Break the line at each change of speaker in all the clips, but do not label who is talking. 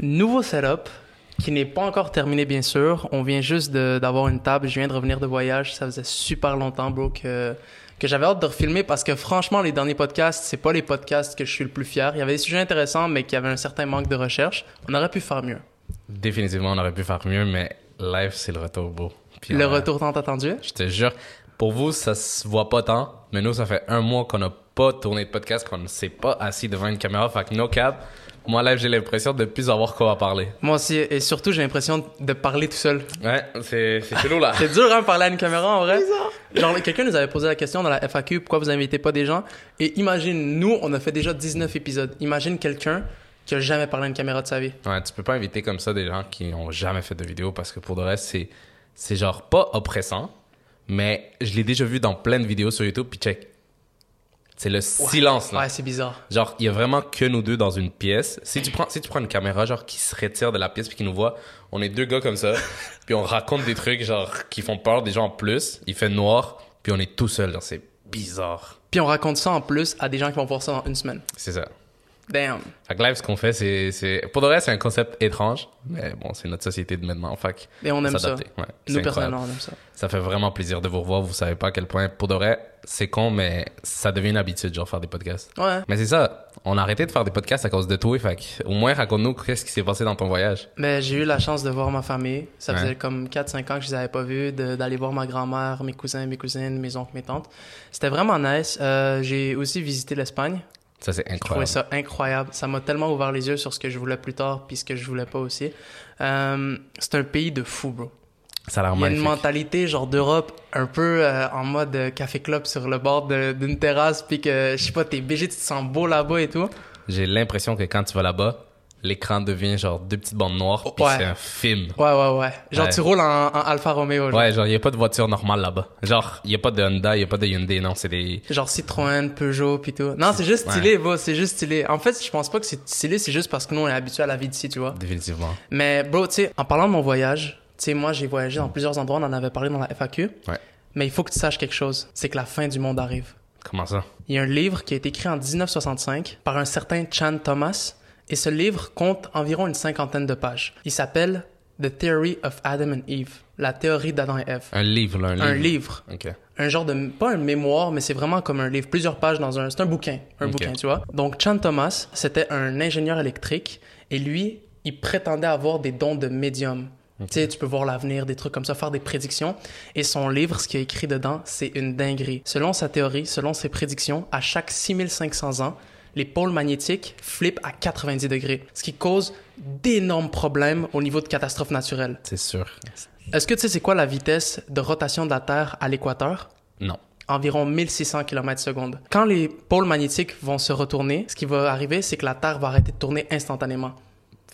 Nouveau setup qui n'est pas encore terminé, bien sûr. On vient juste de- d'avoir une table. Je viens de revenir de voyage. Ça faisait super longtemps, bro, que, que j'avais hâte de refilmer parce que franchement, les derniers podcasts, c'est pas les podcasts que je suis le plus fier. Il y avait des sujets intéressants, mais qui avaient un certain manque de recherche. On aurait pu faire mieux.
Définitivement, on aurait pu faire mieux, mais live, c'est le retour beau. Puis
le
on a-
retour tant attendu.
Je te jure, pour vous, ça se voit pas tant, mais nous, ça fait un mois qu'on n'a pas tourné de podcast, qu'on ne s'est pas assis devant une caméra, fait que no cap. Moi, live, j'ai l'impression de plus avoir quoi à parler.
Moi aussi, et surtout, j'ai l'impression de parler tout seul.
Ouais, c'est c'est chelou, là.
C'est dur, hein, parler à une caméra, en vrai. Genre, quelqu'un nous avait posé la question dans la FAQ, pourquoi vous invitez pas des gens? Et imagine, nous, on a fait déjà 19 épisodes. Imagine quelqu'un qui a jamais parlé à une caméra de sa vie.
Ouais, tu peux pas inviter comme ça des gens qui n'ont jamais fait de vidéo parce que pour le reste, c'est, c'est genre pas oppressant, mais je l'ai déjà vu dans plein de vidéos sur YouTube, puis check. C'est le silence, là.
Ouais, c'est bizarre.
Genre, il y a vraiment que nous deux dans une pièce. Si tu prends, si tu prends une caméra, genre, qui se retire de la pièce puis qui nous voit, on est deux gars comme ça, puis on raconte des trucs, genre, qui font peur des gens en plus. Il fait noir, puis on est tout seul, genre, c'est bizarre.
Puis on raconte ça en plus à des gens qui vont voir ça dans une semaine.
C'est ça.
Damn.
Fait que live, ce qu'on fait, c'est, c'est, pour de vrai, c'est un concept étrange, mais bon, c'est notre société de maintenant. Fait que
Et on aime ça.
s'adapter. Ouais, c'est
Nous,
incroyable.
personnellement, on aime ça.
Ça fait vraiment plaisir de vous revoir. Vous savez pas à quel point, pour de vrai, c'est con, mais ça devient une habitude, genre, faire des podcasts.
Ouais.
Mais c'est ça, on a arrêté de faire des podcasts à cause de toi, fait que, au moins raconte-nous qu'est-ce qui s'est passé dans ton voyage.
Mais j'ai eu la chance de voir ma famille. Ça
Ouais.
faisait comme 4-5 ans que je les avais pas vus, de- d'aller voir ma grand-mère, mes cousins, mes cousines, mes oncles, mes tantes. C'était vraiment nice. Euh, j'ai aussi visité l'Espagne.
Ça, c'est
Je trouvais
incroyable.
ça incroyable. Ça m'a tellement ouvert les yeux sur ce que je voulais plus tard puis ce que je voulais pas aussi. Euh, c'est un pays de fou, bro.
Ça a l'air
Il y a une
magnifique.
mentalité genre d'Europe un peu euh, en mode euh, café club sur le bord de- d'une terrasse puis que je sais pas t'es BG tu te sens beau là-bas et tout.
J'ai l'impression que quand tu vas là-bas, l'écran devient genre deux petites bandes noires,
Oh,
puis
ouais.
c'est un film.
Ouais ouais ouais. Genre
Ouais.
tu roules en, en Alfa Romeo. Genre.
Ouais, genre, y a pas de voiture normale là-bas. Genre, y a pas de Honda, y a pas de Hyundai, non, c'est des...
Genre Citroën, Peugeot, pis tout. Non, c'est juste stylé, bro. C'est juste stylé. En fait, je pense pas que c'est stylé, c'est juste parce que nous, on est habitués à la vie d'ici, tu vois.
Définitivement.
Mais, bro, tu sais, en parlant de mon voyage, tu sais, moi, j'ai voyagé dans plusieurs endroits, on en avait parlé dans la FAQ.
Ouais.
Mais il faut que tu saches quelque chose. C'est que la fin du monde arrive.
Comment ça?
Il y a un livre qui a été écrit en 1965 par un certain Chan Thomas, et ce livre compte environ une cinquantaine de pages. Il s'appelle The Theory of Adam and Eve. La théorie d'Adam et Ève.
Un livre, là, un livre.
Un livre
OK.
un genre de pas un mémoire mais c'est vraiment comme un livre plusieurs pages dans un c'est un bouquin un
Ok.
bouquin tu vois donc Chan Thomas c'était un ingénieur électrique et lui il prétendait avoir des dons de médium tu sais tu peux voir l'avenir des trucs comme ça faire des prédictions et son livre ce qu'il a écrit dedans c'est une dinguerie selon sa théorie selon ses prédictions à chaque 6500 ans les pôles magnétiques flippent à 90 degrés ce qui cause d'énormes problèmes au niveau de catastrophes naturelles
C'est sûr.
est-ce que tu sais c'est quoi la vitesse de rotation de la Terre à l'équateur
Non.
environ 1600 km secondes. Quand les pôles magnétiques vont se retourner, ce qui va arriver, c'est que la Terre va arrêter de tourner instantanément.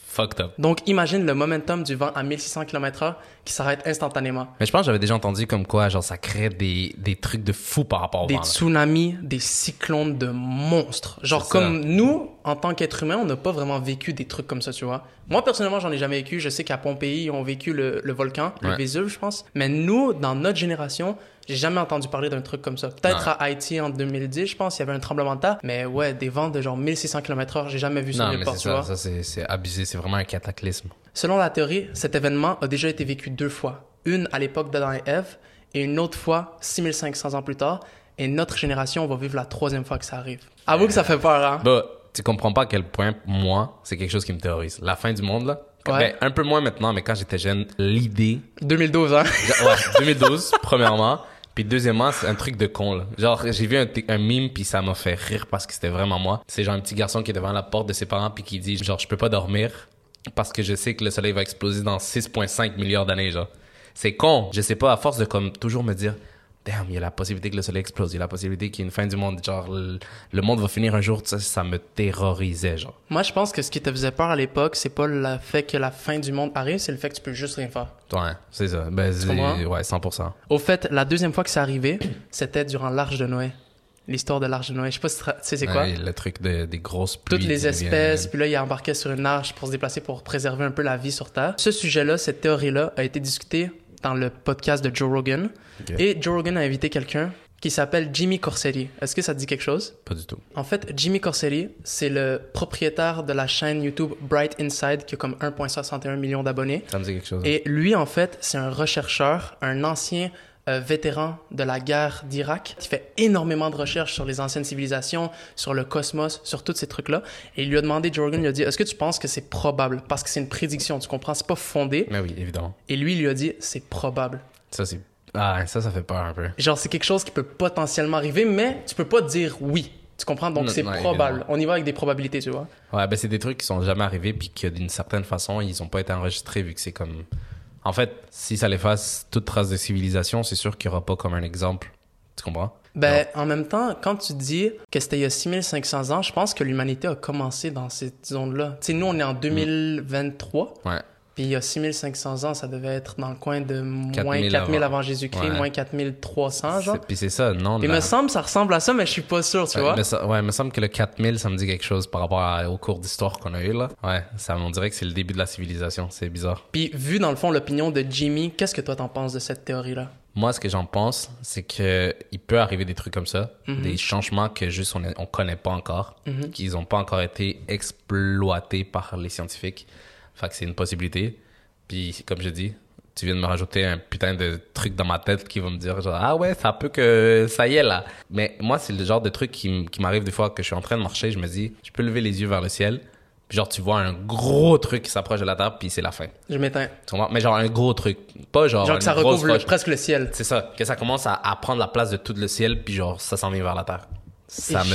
Fucked up.
Donc imagine le momentum du vent à 1600 km h qui s'arrête instantanément.
Mais je pense que j'avais déjà entendu comme quoi, genre, ça crée des, des trucs de fou par rapport au
Des
vent, là.
tsunamis, des cyclones de monstres. Genre
C'est ça.
comme nous, en tant qu'êtres humains, on n'a pas vraiment vécu des trucs comme ça, tu vois. Moi personnellement, j'en ai jamais vécu. Je sais qu'à Pompéi, ils ont vécu le, le volcan, le
Ouais.
Vésuve, je pense. Mais nous, dans notre génération, j'ai jamais entendu parler d'un truc comme ça. Peut-être
Ouais.
à Haïti en 2010, je pense, il y avait un tremblement de terre. Mais ouais, des vents de genre 1600 km/h, j'ai jamais vu ça
Non,
nulle
mais
part,
c'est
tu
ça.
vois.
Ça, c'est c'est abusé. C'est vraiment un cataclysme.
Selon la théorie, cet événement a déjà été vécu deux fois. Une à l'époque d'Adam et Ève et une autre fois 6500 ans plus tard. Et notre génération va vivre la troisième fois que ça arrive. Avoue que ça fait peur, hein?
Bah, tu comprends pas à quel point, moi, c'est quelque chose qui me terrorise. La fin du monde, là.
Ouais.
Ben, un peu moins maintenant, mais quand j'étais jeune, l'idée.
2012, hein?
Genre, ouais, 2012, premièrement. Puis deuxièmement, c'est un truc de con, là. Genre, j'ai vu un, t- un mime, puis ça m'a fait rire parce que c'était vraiment moi. C'est genre un petit garçon qui est devant la porte de ses parents, puis qui dit, genre, je peux pas dormir parce que je sais que le soleil va exploser dans 6,5 milliards d'années, genre. C'est con. Je sais pas, à force de comme toujours me dire, damn, il y a la possibilité que le soleil explose, il y a la possibilité qu'il y ait une fin du monde, genre, le, le monde va finir un jour, ça, ça me terrorisait, genre.
Moi, je pense que ce qui te faisait peur à l'époque, c'est pas le fait que la fin du monde arrive, c'est le fait que tu peux juste rien faire.
Ouais, c'est ça. Ben, c'est-
comprends?
ouais, 100%.
Au fait, la deuxième fois que c'est arrivé, c'était durant l'Arche de Noé. L'histoire de l'Arche de Noé. Je sais pas si tu te- tu sais c'est quoi.
Ouais, le truc de- des grosses pluies.
toutes les
diluviennes.
espèces, puis là, il embarquait sur une arche pour se déplacer pour préserver un peu la vie sur Terre. Ce sujet-là, cette théorie-là, a été discutée dans le podcast de Joe Rogan.
Ok.
Et Joe Rogan a invité quelqu'un qui s'appelle Jimmy Corselli. Est-ce que ça te dit quelque chose?
Pas du tout.
En fait, Jimmy Corselli, c'est le propriétaire de la chaîne YouTube Bright Inside qui a comme 1,61 million d'abonnés.
Ça me dit quelque chose.
Et lui, en fait, c'est un chercheur, un ancien euh, vétéran de la guerre d'Irak qui fait énormément de recherches sur les anciennes civilisations, sur le cosmos, sur tous ces trucs-là. Et il lui a demandé, Jorgen lui a dit, est-ce que tu penses que c'est probable? Parce que c'est une prédiction, tu comprends, c'est pas fondé.
Mais oui, évidemment.
Et lui, il lui a dit, c'est probable.
Ça, c'est. Ah, ça, ça fait peur un peu.
Genre, c'est quelque chose qui peut potentiellement arriver, mais tu peux pas dire oui. Tu comprends? Donc,
Non,
c'est
ouais,
probable.
évidemment.
On y va avec des probabilités, tu vois.
Ouais, ben c'est des trucs qui sont jamais arrivés puis que d'une certaine façon, ils ont pas été enregistrés vu que c'est comme. En fait, si ça les fasse toute trace de civilisation, c'est sûr qu'il y aura pas comme un exemple. Tu comprends?
Ben, en même temps, quand tu dis que c'était il y a 6500 ans, je pense que l'humanité a commencé dans cette zone-là. Tu sais, nous, on est en
Mm.
2023,
Ouais.
puis il y a 6500 ans, ça devait être dans le coin de moins
4000
4000
avant.
avant Jésus-Christ,
Ouais.
moins 4300, Ah, genre.
C'est- Puis c'est ça, non?
Il me semble, ça ressemble à ça, mais je suis pas sûr, tu vois.
mais ça, ouais, il me semble que le 4000, ça me dit quelque chose par rapport à- au cours d'histoire qu'on a eu là. Ouais, ça, on dirait que c'est le début de la civilisation. C'est bizarre.
Puis, vu dans le fond l'opinion de Jimmy, qu'est-ce que toi t'en penses de cette théorie-là?
Moi, ce que j'en pense, c'est que il peut arriver des trucs comme ça,
Mhm.
des changements que juste on, on connaît pas encore, qu'ils ont pas encore été exploités par les scientifiques. Fait que c'est une possibilité. Puis, comme je dis, tu viens de me rajouter un putain de truc dans ma tête qui va me dire genre, ah ouais, ça peut que ça y est là. Mais moi, c'est le genre de truc qui, m- qui m'arrive des fois que je suis en train de marcher, je me dis, je peux lever les yeux vers le ciel, puis genre tu vois un gros truc qui s'approche de la table, puis c'est la fin.
Je m'éteins.
Tu comprends? Mais genre un gros truc, pas genre,
Genre que ça
Ah, une grosse
recouvre le-
roche.
presque le ciel.
C'est ça, que ça commence à, à prendre la place de tout le ciel, puis genre, ça s'en vient vers la terre. Ça
Ich.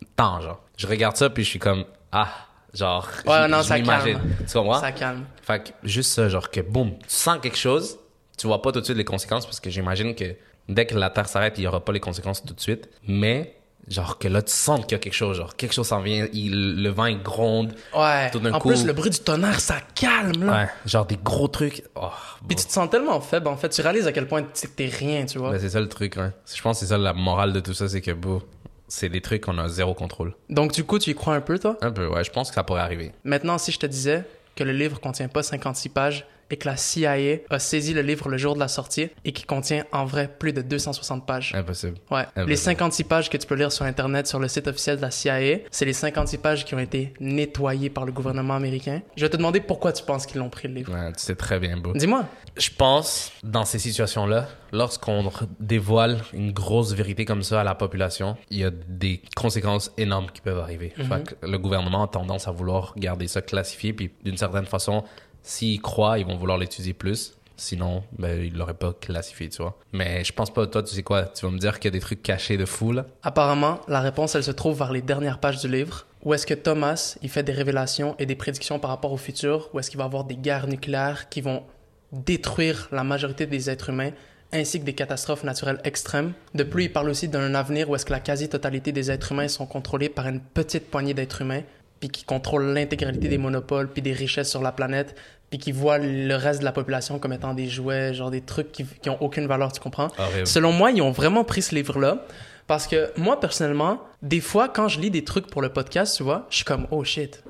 me tend, genre. Je regarde ça, puis je suis comme, ah, genre,
Ouais,
je-
non,
je
ça
m'imagine.
calme.
Tu comprends?
Ça calme.
Fait que juste ça, genre que boum, tu sens quelque chose, tu vois pas tout de suite les conséquences, parce que j'imagine que dès que la terre s'arrête, il y aura pas les conséquences tout de suite, mais genre que là, tu sens qu'il y a quelque chose, genre, quelque chose s'en vient, il- le vent, il gronde.
Ouais.
Tout d'un
en
coup-
plus, le bruit du tonnerre, ça calme, là.
Ouais, genre des gros trucs. Oh,
Puis tu te sens tellement faible, en fait. Tu réalises à quel point t'es t'es rien, tu vois.
Ben, c'est ça le truc, hein. Je pense que c'est ça la morale de tout ça, c'est que, bon, c'est des trucs qu'on a zéro contrôle.
Donc, du coup, tu y crois un peu, toi?
Un peu, ouais, je pense que ça pourrait arriver.
Maintenant, si je te disais que le livre contient pas 56 pages et que la CIA a saisi le livre le jour de la sortie et qu'il contient en vrai plus de 260 pages.
Impossible.
Ouais.
ben
les
oui.
56 pages que tu peux lire sur Internet, sur le site officiel de la CIA, c'est les 56 pages qui ont été nettoyées par le gouvernement américain. Je vais te demander pourquoi tu penses qu'ils l'ont pris, le livre.
Ouais, tu sais très bien, beau.
Dis-moi.
Je pense, dans ces situations-là, lorsqu'on r- dévoile une grosse vérité comme ça à la population, il y a des conséquences énormes qui peuvent arriver. Fait que le gouvernement a tendance à vouloir garder ça classifié, puis d'une certaine façon, s'ils croient, ils vont vouloir l'étudier plus. Sinon, ben, ils l'auraient pas classifié, tu vois. Mais je pense pas, toi, tu sais quoi, tu vas me dire qu'il y a des trucs cachés de fou, là.
Apparemment, la réponse, elle se trouve vers les dernières pages du livre, où est-ce que Thomas, il fait des révélations et des prédictions par rapport au futur, où est-ce qu'il va y avoir des guerres nucléaires qui vont détruire la majorité des êtres humains, ainsi que des catastrophes naturelles extrêmes. De plus, il parle aussi d'un avenir où est-ce que la quasi-totalité des êtres humains sont contrôlés par une petite poignée d'êtres humains, puis qui contrôlent l'intégralité des monopoles, puis des richesses sur la planète, puis qui voient le reste de la population comme étant des jouets, genre des trucs qui, qui ont aucune valeur, tu comprends?
Horrible.
Selon moi, ils ont vraiment pris ce livre-là. Parce que moi, personnellement, des fois, quand je lis des trucs pour le podcast, tu vois, je suis comme, oh shit,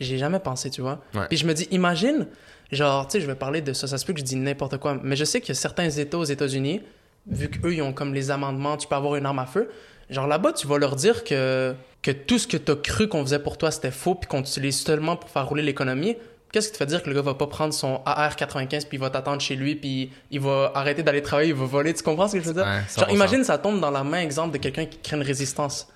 j'ai jamais pensé, tu vois.
Ouais.
Puis je me dis, imagine, genre, tu sais, je vais parler de ça, ça se peut que je dis n'importe quoi, mais je sais qu'il y a certains États aux États-Unis, vu qu'eux, ils ont comme les amendements, tu peux avoir une arme à feu. Genre là-bas, tu vas leur dire que, que tout ce que t'as cru qu'on faisait pour toi, c'était faux, puis qu'on t'utilise seulement pour faire rouler l'économie. Qu'est-ce qui te fait dire que le gars va pas prendre son AR-95 puis il va t'attendre chez lui puis il va arrêter d'aller travailler, il va voler. Tu comprends ce que je veux dire?
Ouais,
Genre,
100%.
imagine ça tombe dans la main, exemple, de quelqu'un qui crée une résistance.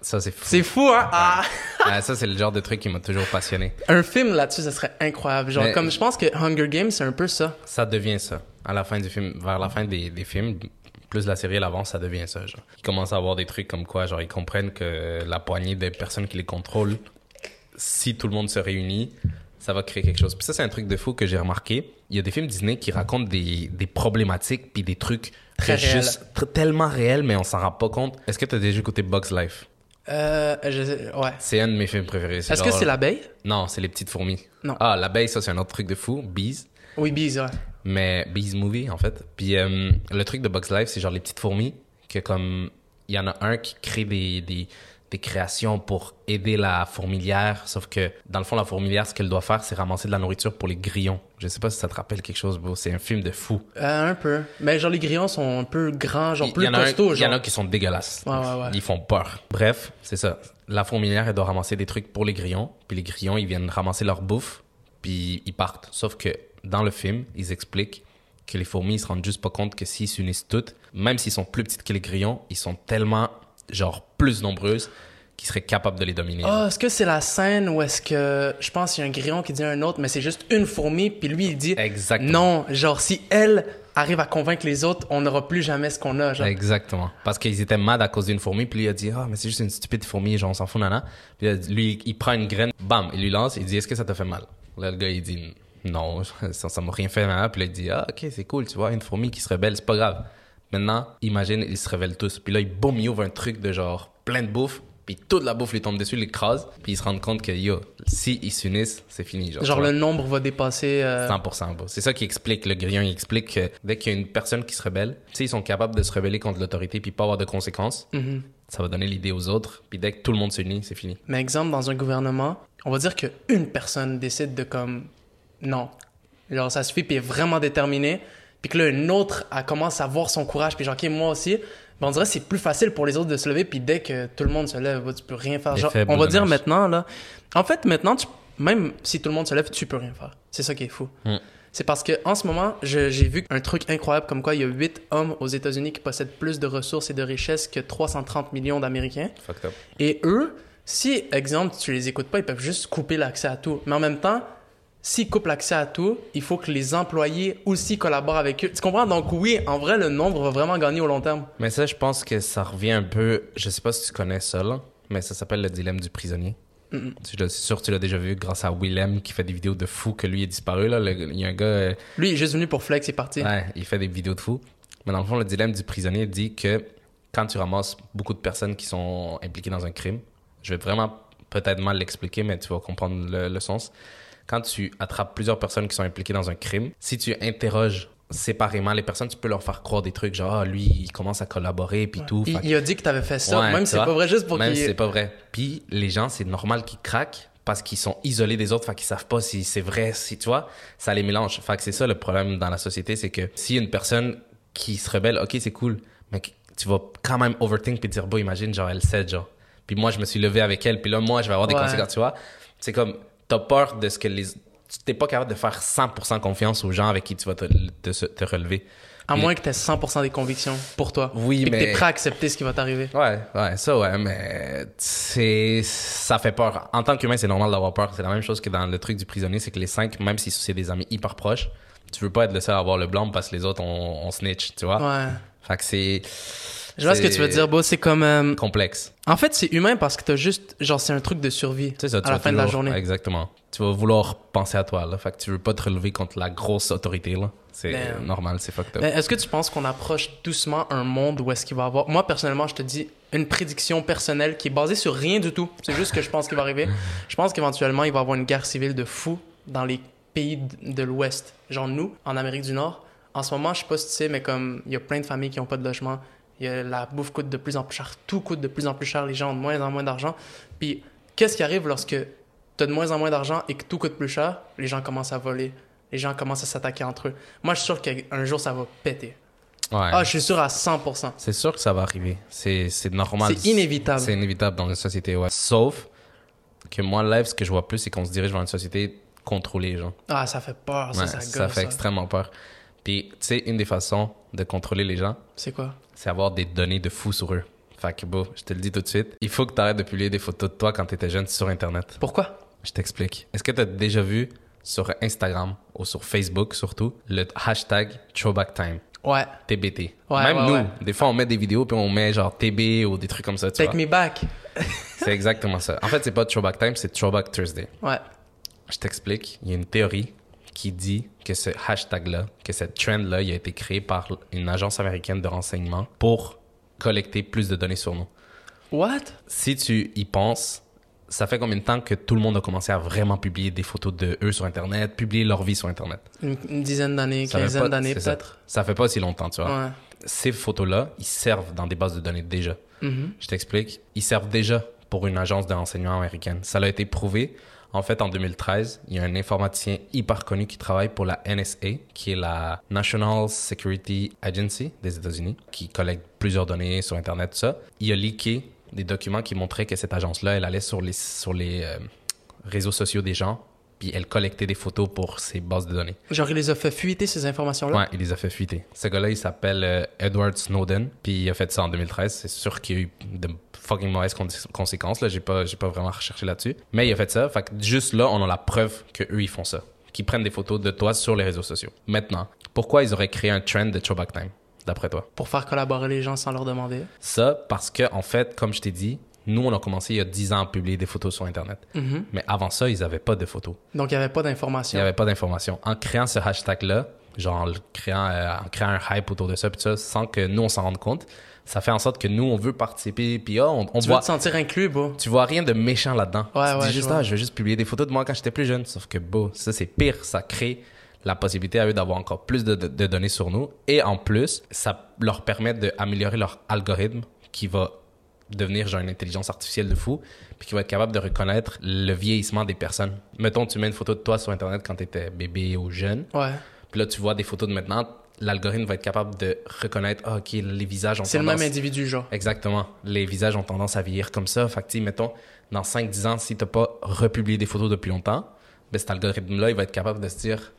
Ça, c'est fou.
C'est fou, hein? Ah!
Ah, ça, c'est le genre de truc qui m'a toujours passionné.
Un film là-dessus, ça serait incroyable. Genre,
Mais-
comme je pense que Hunger Games, c'est un peu ça.
Ça devient ça. À la fin du film, vers la fin des, des films, plus la série elle avance, ça devient ça. Genre. Ils commencent à avoir des trucs comme quoi, genre, ils comprennent que la poignée des personnes qui les contrôlent, si tout le monde se réunit, ça va créer quelque chose. Puis ça, c'est un truc de fou que j'ai remarqué. Il y a des films Disney qui racontent des, des problématiques puis des trucs
Très
que
réels.
tr- tellement réels, mais on s'en rend pas compte. Est-ce que tu as déjà écouté Bugs Life?
Euh, je- ouais.
C'est un de mes films préférés.
Est-ce que
genre-
c'est l'abeille?
Non, c'est les petites fourmis.
Non.
Ah, l'abeille, ça, c'est un autre truc de fou. Bees.
Oui, Bees, ouais.
Mais Bees Movie, en fait. Puis euh, le truc de Bugs Life, c'est genre les petites fourmis, que comme il y en a un qui crée des, des, des créations pour aider la fourmilière. Sauf que, dans le fond, la fourmilière, ce qu'elle doit faire, c'est ramasser de la nourriture pour les grillons. Je sais pas si ça te rappelle quelque chose, bro. C'est un film de fou.
Euh, un peu. Mais genre, les grillons sont un peu grands, genre
Il
plus
y en a un-
costauds.
Il y en a
genre.
qui sont dégueulasses.
Ouais, ouais, ouais.
Ils font peur. Bref, c'est ça. La fourmilière, elle doit ramasser des trucs pour les grillons. Puis les grillons, ils viennent ramasser leur bouffe. Puis ils partent. Sauf que dans le film, ils expliquent que les fourmis, ils se rendent juste pas compte que s'ils s'unissent toutes, même s'ils sont plus petites que les grillons, ils sont tellement, genre, plus nombreuses qu'ils seraient capables de les dominer.
Ah, est-ce que c'est la scène où est-ce que je pense qu'il y a un grillon qui dit à un autre, mais c'est juste une fourmi, puis lui il dit
Exactement.
non, genre si elle arrive à convaincre les autres, on n'aura plus jamais ce qu'on a. Genre.
Exactement. Parce qu'ils étaient mad à cause d'une fourmi, puis lui il a dit Ah, mais c'est juste une stupide fourmi, genre on s'en fout, nana. Puis euh, lui, il prend une graine, bam, il lui lance, il dit Est-ce que ça te fait mal Là, le gars, il dit Non, ça ça m'a rien fait, nana. Puis là, il dit Ah, ok, c'est cool, tu vois, une fourmi qui se rebelle, c'est pas grave. Maintenant, imagine, ils se révèlent tous. Puis là, il, boum, il ouvre un truc de genre plein de bouffe, puis toute la bouffe lui tombe dessus, l'écrase, puis ils se rendent compte que yo, si ils s'unissent, c'est fini. Genre,
Genre
tu vois.
le nombre va dépasser. euh,
100%. bro. C'est ça qui explique, le grillon il explique que dès qu'il y a une personne qui se rebelle, tu sais, ils sont capables de se rebeller contre l'autorité puis pas avoir de conséquences.
Mhm.
Ça va donner l'idée aux autres. Puis dès que tout le monde s'unit, c'est fini.
Mais exemple dans un gouvernement, on va dire que une personne décide de comme non, genre ça suffit, puis est vraiment déterminée, puis que là une autre elle commence à voir son courage, puis genre ok moi aussi. Ben, on dirait que c'est plus facile pour les autres de se lever, puis dès que tout le monde se lève, bah, tu peux rien faire.
Les
Genre,
faibles
on va
de
dire
masse.
maintenant, là. En fait, maintenant, tu- même si tout le monde se lève, tu peux rien faire. C'est ça qui est fou.
Mm.
C'est parce que en ce moment, je- j'ai vu un truc incroyable comme quoi il y a 8 hommes aux États-Unis qui possèdent plus de ressources et de richesses que 330 millions d'Américains.
Fucked up.
Et eux, si, exemple, tu les écoutes pas, ils peuvent juste couper l'accès à tout. Mais en même temps, s'ils coupent l'accès à tout, il faut que les employés aussi collaborent avec eux. Tu comprends? Donc oui, en vrai, le nombre va vraiment gagner au long terme.
Mais ça, je pense que ça revient un peu. Je sais pas si tu connais ça, là, mais ça s'appelle le dilemme du prisonnier. Tu l'as- C'est sûr que tu l'as déjà vu grâce à Willem qui fait des vidéos de fou que lui est disparu. Là. Le- il y a un gars. euh,
Lui, il est juste venu pour flex, il est parti.
Ouais, il fait des vidéos de fou. Mais dans le fond, le dilemme du prisonnier dit que quand tu ramasses beaucoup de personnes qui sont impliquées dans un crime, je vais vraiment peut-être mal l'expliquer, mais tu vas comprendre le, le sens. Quand tu attrapes plusieurs personnes qui sont impliquées dans un crime, si tu interroges séparément les personnes, tu peux leur faire croire des trucs genre Ah, lui, il commence à collaborer puis tout.
Il,
Fait que-
il a dit que t'avais fait ça,
Ouais,
même
tu
si c'est
vois.
pas vrai, juste pour
Même si
qu'il...
c'est pas vrai. Puis les gens, c'est normal qu'ils craquent parce qu'ils sont isolés des autres, fait qu'ils savent pas si c'est vrai, si tu vois, ça les mélange. Fait que c'est ça le problème dans la société, c'est que si une personne qui se rebelle, ok, c'est cool, mais que- tu vas quand même overthink puis te dire, bon, imagine, genre, elle sait, genre. Puis moi, je me suis levé avec elle, puis là, moi, je vais avoir des
Ouais.
conséquences, tu vois. C'est comme, t'as peur de ce que les. Tu t'es pas capable de faire 100% confiance aux gens avec qui tu vas te, te- se- te relever.
À
Puis-
moins que t'aies 100% des convictions pour toi.
Oui,
Puis que
mais-
t'es prêt à accepter ce qui va t'arriver.
Ouais, ouais, ça, ouais, mais c'est, ça fait peur. En tant qu'humain, c'est normal d'avoir peur. C'est la même chose que dans le truc du prisonnier, c'est que les cinq, même si c'est des amis hyper proches, tu veux pas être le seul à avoir le blanc parce que les autres, on, on snitch, tu vois.
Ouais.
Fait que c'est
Je vois ce que tu veux dire, Beau. C'est comme... euh,
complexe.
En fait, c'est humain parce que t'as juste... Genre, c'est un truc de survie
Tu sais, ça, tu
à la
vas
fin de la
toujours-
journée.
Exactement. Tu vas vouloir penser à toi, là. Fait que tu veux pas te relever contre la grosse autorité, là. C'est
Damn.
normal, c'est fucked up.
Mais Euh, Est-ce que tu penses qu'on approche doucement un monde où est-ce qu'il va y avoir... Moi, personnellement, je te dis une prédiction personnelle qui est basée sur rien du tout. C'est juste ce que je pense qu'il va arriver. Je pense qu'éventuellement, il va y avoir une guerre civile de fou dans les pays d- de l'Ouest. Genre nous, en Amérique du Nord, en ce moment, je sais pas si tu sais, mais comme il y a plein de familles qui n'ont pas de logement, il y a- la bouffe coûte de plus en plus cher, tout coûte de plus en plus cher, les gens ont de moins en moins d'argent. Puis, qu'est-ce qui arrive lorsque tu as de moins en moins d'argent et que tout coûte plus cher? Les gens commencent à voler. Les gens commencent à s'attaquer entre eux. Moi, je suis sûr qu'un jour, ça va péter.
Ouais.
Ah, je suis sûr à 100%.
C'est sûr que ça va arriver. C'est c'est normal.
C'est inévitable.
C'est inévitable dans une société, ouais. Sauf que moi, live, ce que je vois plus, c'est qu'on se dirige vers une société contrôlée, genre.
Ah, ça fait peur, ça,
Ouais,
ça
ça
gosse. hein.
fait
ça.
extrêmement peur. Puis, tu sais, une des façons de contrôler les gens,
C'est quoi?
c'est avoir des données de fou sur eux. Fait que, bon, je te le dis tout de suite, il faut que tu arrêtes de publier des photos de toi quand t'étais jeune sur Internet.
Pourquoi?
Je t'explique. Est-ce que t'as déjà vu sur Instagram ou sur Facebook surtout le hashtag Throwback Time?
Ouais.
TBT.
Ouais,
Même
ouais,
nous,
ouais.
des fois, on met des vidéos puis on met genre TB ou des trucs comme ça. Tu vois.
Take me back.
C'est exactement ça. En fait, c'est pas Throwback Time, c'est Throwback Thursday.
Ouais.
Je t'explique. Il y a une théorie qui dit que ce hashtag-là, que cette trend-là, il a été créé par une agence américaine de renseignement pour collecter plus de données sur nous.
What?
Si tu y penses, ça fait combien de temps que tout le monde a commencé à vraiment publier des photos de eux sur Internet, publier leur vie sur Internet?
Une, une dizaine d'années,
Ça fait
quinzaine
pas-
d'années
c'est ça.
peut-être.
Ça fait pas aussi longtemps, tu vois.
Ouais.
ces photos-là, ils servent dans des bases de données déjà. Je t'explique. Ils servent déjà pour une agence d'enseignement américaine. Ça l'a été prouvé. En fait, en 2013, il y a un informaticien hyper connu qui travaille pour la NSA, qui est la National Security Agency des États-Unis, qui collecte plusieurs données sur Internet, tout ça. Il a leaké des documents qui montraient que cette agence-là, elle allait sur les, sur les euh, réseaux sociaux des gens, puis elle collectait des photos pour ses bases de données.
Genre, il les a fait fuiter, ces informations-là.
Ouais, il les a fait fuiter. Ce gars-là, il s'appelle euh, Edward Snowden, puis il a fait ça en 2013. C'est sûr qu'il y a eu de fucking mauvaises con- conséquences, là. J'ai pas, j'ai pas vraiment recherché là-dessus. Mais il a fait ça. Fait que juste là, on a la preuve qu'eux, ils font ça. Qu'ils prennent des photos de toi sur les réseaux sociaux. Maintenant, pourquoi ils auraient créé un trend de throwback time, d'après toi?
Pour faire collaborer les gens sans leur demander.
Ça, parce que, en fait, comme je t'ai dit, nous, on a commencé il y a 10 ans à publier des photos sur Internet.
Mhm.
Mais avant ça, ils n'avaient pas de photos.
Donc, il n'y avait pas
Il n'y
d'informations.
avait pas d'informations. En créant ce hashtag-là, genre en, le créant, euh, en créant un hype autour de ça, puis tout ça, sans que nous, on s'en rende compte, ça fait en sorte que nous, on veut participer, puis ah, on, on
Tu veux
voit...
te sentir inclus, bro.
Tu vois rien de méchant là-dedans.
Ouais,
tu
ouais,
dis
je
juste,
vois.
ah, je vais juste publier des photos de moi quand j'étais plus jeune. Sauf que, beau, ça, c'est pire. Ça crée la possibilité à eux d'avoir encore plus de, de- de données sur nous. Et en plus, ça leur permet d'améliorer leur algorithme qui va devenir genre une intelligence artificielle de fou, puis qui va être capable de reconnaître le vieillissement des personnes. Mettons, tu mets une photo de toi sur Internet quand tu étais bébé ou jeune,
Ouais.
puis là, tu vois des photos de maintenant, l'algorithme va être capable de reconnaître, ah, OK, les visages ont
C'est le même
tendance-
individu, genre.
Exactement. Les visages ont tendance à vieillir comme ça. Fait que, tu sais, mettons, dans 5-10 ans, si t'as pas republié des photos depuis longtemps, ben cet algorithme-là, il va être capable de se dire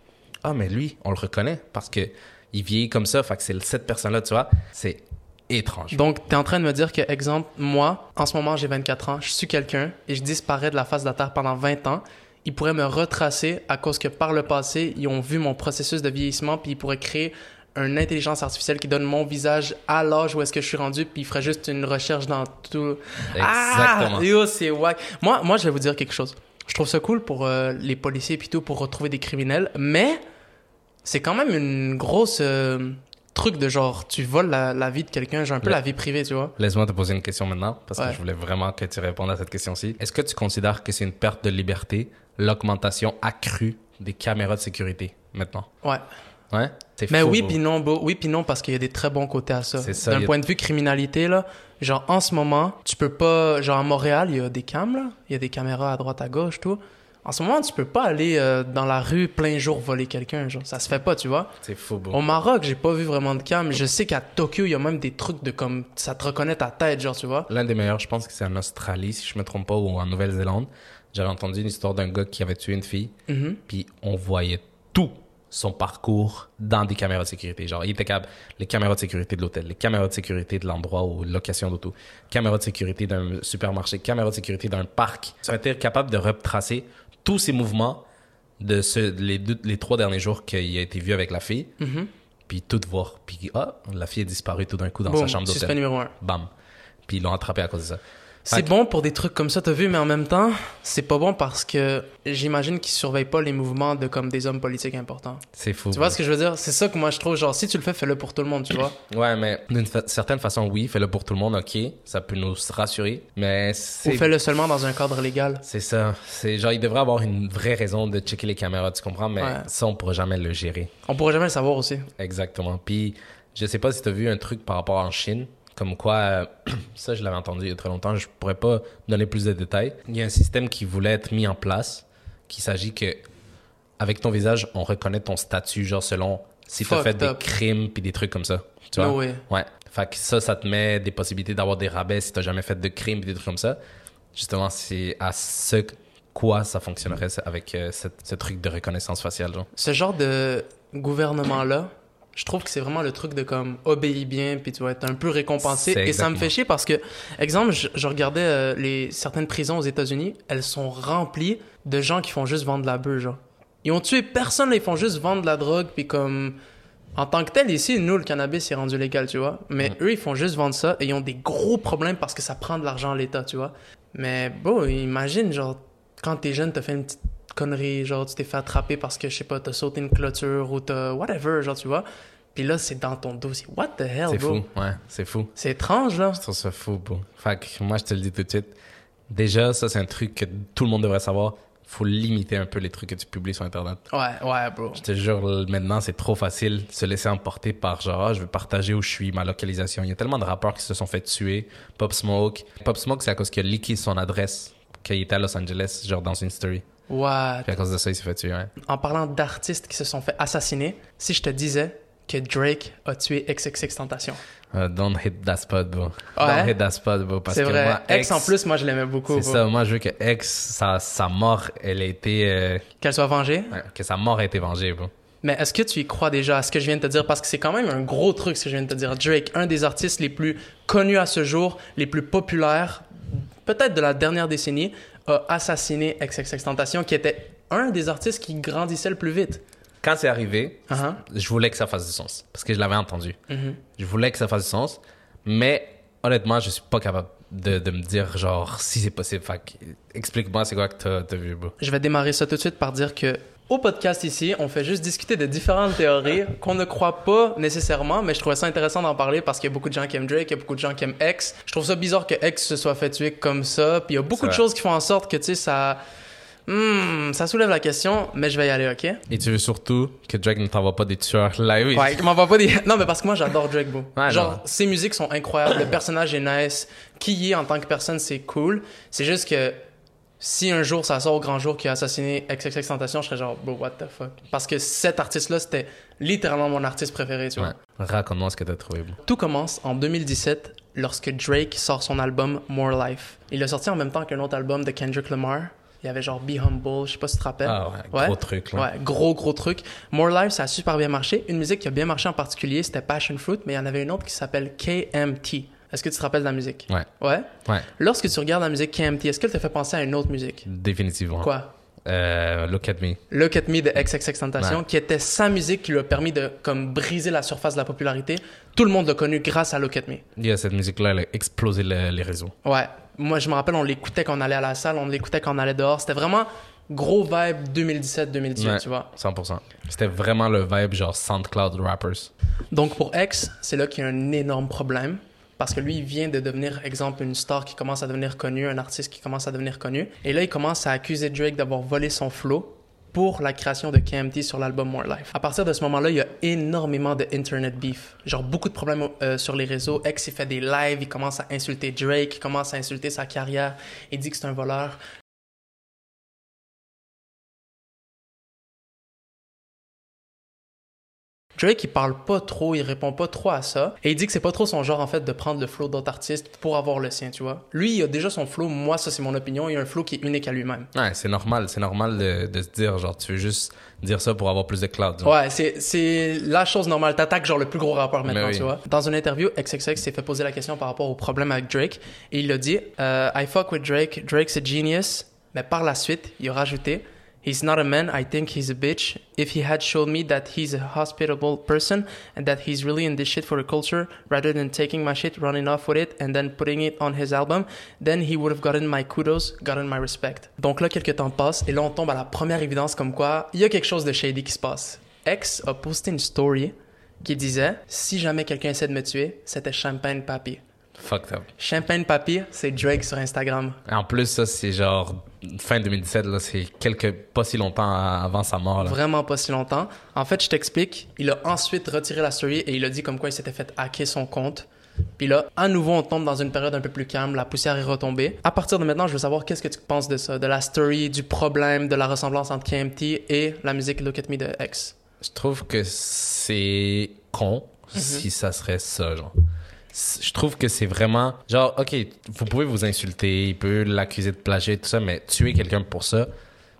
Ah, mais lui, on le reconnaît parce que il vieillit comme ça. Fait que c'est cette personne-là, tu vois. C'est étrange.
Donc, tu es en train de me dire que, exemple, moi, en ce moment, j'ai 24 ans, je suis quelqu'un et je disparais de la face de la Terre pendant 20 ans. Ils pourraient me retracer à cause que par le passé, ils ont vu mon processus de vieillissement puis ils pourraient créer une intelligence artificielle qui donne mon visage à l'âge où est-ce que je suis rendu puis ils feraient juste une recherche dans tout.
Exactement.
Ah, yo, c'est wack. Moi, moi, je vais vous dire quelque chose. Je trouve ça cool pour euh, les policiers et tout pour retrouver des criminels, mais c'est quand même une grosse euh, truc de genre tu voles la, la vie de quelqu'un, j'ai un peu
Ouais.
la vie privée, tu vois.
Laisse-moi te poser une question maintenant parce
Ouais.
que je voulais vraiment que tu répondes à cette question-ci. Est-ce que tu considères que c'est une perte de liberté, l'augmentation accrue des caméras de sécurité maintenant
Ouais.
Ouais. C'est
Mais
fou,
Ben oui
bro.
puis non, beau. oui puis non parce qu'il y a des très bons côtés à ça.
C'est ça, il
D'un
y a-
point de vue criminalité là, genre en ce moment, tu peux pas genre à Montréal, il y a des cams là, il y a des caméras à droite à gauche tout. En ce moment, tu peux pas aller euh, dans la rue plein jour voler quelqu'un, genre ça se fait pas, tu vois.
C'est fou, bro.
Au Maroc, j'ai pas vu vraiment de cam. Je sais qu'à Tokyo, il y a même des trucs de comme ça te reconnaît ta tête, genre tu vois.
L'un des meilleurs, je pense que c'est en Australie, si je me trompe pas, ou en Nouvelle-Zélande. J'avais entendu une histoire d'un gars qui avait tué une fille,
Mhm.
puis on voyait tout son parcours dans des caméras de sécurité. Genre, il était capable, les caméras de sécurité de l'hôtel, les caméras de sécurité de l'endroit ou location d'auto, caméras de sécurité d'un supermarché, caméras de sécurité d'un parc. Ça a été capable de retracer tous ses mouvements de ce, les, deux- les trois derniers jours qu'il a été vu avec la fille,
mhm.
puis tout voir. Puis, ah, la fille est disparue tout d'un coup dans
Boum,
sa chambre
suspect
d'hôtel.
numéro un.
Bam. Puis ils l'ont attrapé à cause de ça.
C'est bon pour des trucs comme ça, t'as vu, mais en même temps, c'est pas bon parce que j'imagine qu'ils surveillent pas les mouvements de comme des hommes politiques importants.
C'est fou.
Tu vois ce que je veux dire? C'est ça que moi je trouve, genre, si tu le fais, fais-le pour tout le monde, tu vois.
Ouais, mais d'une fa- certaine façon, oui, fais-le pour tout le monde, ok. Ça peut nous rassurer, mais
Ou
c'est.
fais-le seulement dans un cadre légal.
C'est ça. C'est genre, il devrait avoir une vraie raison de checker les caméras, tu comprends, mais
Ouais.
ça, on pourra jamais le gérer.
On pourrait jamais le savoir aussi.
Exactement. Puis, je sais pas si t'as vu un truc par rapport en Chine, comme quoi, euh, ça, je l'avais entendu il y a très longtemps, je pourrais pas donner plus de détails. Il y a un système qui voulait être mis en place, qui s'agit que, avec ton visage, on reconnaît ton statut, genre selon si t'as fait
Fucked
des
up.
crimes puis des trucs comme ça. Tu vois?
No way.
Ouais. Fait que ça, ça te met des possibilités d'avoir des rabais si t'as jamais fait de crime et des trucs comme ça. Justement, c'est à ce quoi ça fonctionnerait ça, avec euh, cette- ce truc de reconnaissance faciale, genre.
Ce genre de gouvernement-là, je trouve que c'est vraiment le truc de comme obéis bien, puis tu vas être un peu récompensé.
C'est
Et ça me
exactement.
fait chier parce que, exemple, je, je regardais euh, les, certaines prisons aux États-Unis, elles sont remplies de gens qui font juste vendre de la bœuf, genre. Ils ont tué personne, là, ils font juste vendre de la drogue, puis comme. En tant que tel, ici, nous, le cannabis est rendu légal, tu vois. Mais eux, ils font juste vendre ça et ils ont des gros problèmes parce que ça prend de l'argent à l'État, tu vois. Mais bon, imagine, genre, quand t'es jeune, t'as fait une petite connerie, genre, tu t'es fait attraper parce que, je sais pas, t'as sauté une clôture ou t'as whatever, genre, tu vois. Puis là, c'est dans ton dos, c'est what the hell,
C'est
bro?
fou, ouais, c'est fou.
C'est étrange, là.
Je trouve ça fou, bro. Fait que moi, je te le dis tout de suite. Déjà, ça, c'est un truc que tout le monde devrait savoir. faut limiter un peu les trucs que tu publies sur Internet.
Ouais, ouais, bro.
Je te jure, maintenant, c'est trop facile de se laisser emporter par genre, ah, je veux partager où je suis, ma localisation. Il y a tellement de rappeurs qui se sont fait tuer. Pop Smoke. Pop Smoke, c'est à cause qu'il a leaké son adresse, qu'il était à Los Angeles, genre dans une story.
Ouais.
Puis à cause de ça, il s'est fait tuer, hein. ouais.
En parlant d'artistes qui se sont fait assassiner, si je te disais que Drake a tué XXX Tentation.
Euh, don't hit that spot, bro.
Ouais.
Don't hit that spot, bro. Parce
C'est
que
vrai.
moi,
Ex, en plus, moi, je l'aimais beaucoup.
C'est
bro.
ça, moi je veux que Ex, sa, sa mort, elle a été. euh,
Qu'elle soit vengée.
ouais, que sa mort a été vengée, bro.
Mais est-ce que tu y crois déjà à ce que je viens de te dire? Parce que c'est quand même un gros truc ce que je viens de te dire. Drake, un des artistes les plus connus à ce jour, les plus populaires, peut-être de la dernière décennie, a assassiné XXXTentacion, qui était un des artistes qui grandissait le plus vite.
Quand c'est arrivé,
Uh-huh. Mm-hmm.
je voulais que ça fasse du sens. Parce que je l'avais entendu. Je voulais que ça fasse du sens. Mais honnêtement, je suis pas capable de, de me dire, genre, si c'est possible. Fait que, explique-moi c'est quoi que t'as- t'as vu, bro.
Je vais démarrer ça tout de suite par dire que au podcast ici, on fait juste discuter de différentes théories qu'on ne croit pas nécessairement, mais je trouvais ça intéressant d'en parler parce qu'il y a beaucoup de gens qui aiment Drake, il y a beaucoup de gens qui aiment X. Je trouve ça bizarre que X se soit fait tuer comme ça, puis il y a beaucoup de
vrai.
choses qui font en sorte que tu sais ça Hmm, ça soulève la question, mais je vais y aller, OK
Et tu veux surtout que Drake ne t'envoie pas des tueurs live.
Ouais, m'en va pas dire. Non, mais parce que moi j'adore Drake, bro.
Ouais,
Genre,
non.
ses musiques sont incroyables, le personnage est nice, qui y est en tant que personne, c'est cool. C'est juste que si un jour ça sort au grand jour qu'il a assassiné XXXTentacion, je serais genre, bro, what the fuck. Parce que cet artiste-là, c'était littéralement mon artiste préféré, tu vois.
Ouais. Raconte-moi ce que t'as trouvé, bro.
Tout commence en 2017 lorsque Drake sort son album More Life. Il l'a sorti en même temps qu'un autre album de Kendrick Lamar. Il y avait genre Be Humble, je sais pas si tu te rappelles.
Ah ouais, gros truc, là.
Euh, Ouais, gros gros truc. More Life, ça a super bien marché. Une musique qui a bien marché en particulier, c'était Passion Fruit, mais il y en avait une autre qui s'appelle KMT. Est-ce que tu te rappelles de la musique?
Ouais.
Ouais.
Ouais.
Lorsque tu regardes la musique KMT, est-ce qu'elle te fait penser à une autre musique?
Définitivement.
Quoi?
Euh, look at me.
Look at Me de XXXTentacion,
Ouais.
qui était sa musique qui lui a permis de comme briser la surface de la popularité. Tout le monde l'a connu grâce à Look at Me.
Yeah, cette musique-là, elle a explosé le- les réseaux.
Ouais. Moi, je me rappelle, on l'écoutait quand on allait à la salle, on l'écoutait quand on allait dehors. C'était vraiment gros vibe 2017-2018,
Ouais.
tu vois.
100%. C'était vraiment le vibe genre SoundCloud rappers.
Donc, pour X, c'est là qu'il y a un énorme problème. Parce que lui, il vient de devenir, exemple, une star qui commence à devenir connue, un artiste qui commence à devenir connu. Et là, il commence à accuser Drake d'avoir volé son flow pour la création de KMT sur l'album More Life. À partir de ce moment-là, il y a énormément de internet beef. Genre beaucoup de problèmes euh, sur les réseaux. X, il fait des lives, il commence à insulter Drake, il commence à insulter sa carrière, il dit que c'est un voleur. Drake, il parle pas trop, il répond pas trop à ça. Et il dit que c'est pas trop son genre, en fait, de prendre le flow d'autres artistes pour avoir le sien, tu vois. Lui, il a déjà son flow. Moi, ça, c'est mon opinion. Il a un flow qui est unique à lui-même.
Ouais, c'est normal, c'est normal de, de se dire, genre, tu veux juste dire ça pour avoir plus de cloud. genre.
Ouais, c'est, c'est la chose normale. T'attaques genre le plus gros rappeur maintenant,
Mais oui.
tu vois. Dans une interview, XXX s'est fait poser la question par rapport au problème avec Drake. Et il a dit euh, I fuck with Drake. Drake's a genius. Mais par la suite, il a rajouté He's not a man. I think he's a bitch. If he had shown me that he's a hospitable person and that he's really in this shit for the culture rather than taking my shit, running off with it and then putting it on his album, then he would have gotten my kudos, gotten my respect. Donc là, quelques temps passent et là, on tombe à la première évidence comme quoi il y a quelque chose de shady qui se passe. X a posté une story qui disait Si jamais quelqu'un essaie de me tuer, c'était Champagne Papi.
Fucked up.
Champagne Papi, c'est Drake sur Instagram.
En plus, ça, c'est genre fin 2017, là, c'est quelques, pas si longtemps à- avant sa mort, là.
Vraiment pas si longtemps. En fait, je t'explique. Il a ensuite retiré la story et il a dit comme quoi il s'était fait hacker son compte. Puis là, à nouveau, on tombe dans une période un peu plus calme. La poussière est retombée. À partir de maintenant, je veux savoir qu'est-ce que tu penses de ça, de la story, du problème, de la ressemblance entre KMT et la musique Look at Me de X.
Je trouve que c'est con si ça serait ça, genre. C- Je trouve que c'est vraiment genre, ok, vous pouvez vous insulter, il peut l'accuser de plagiat, tout ça, mais tuer quelqu'un pour ça,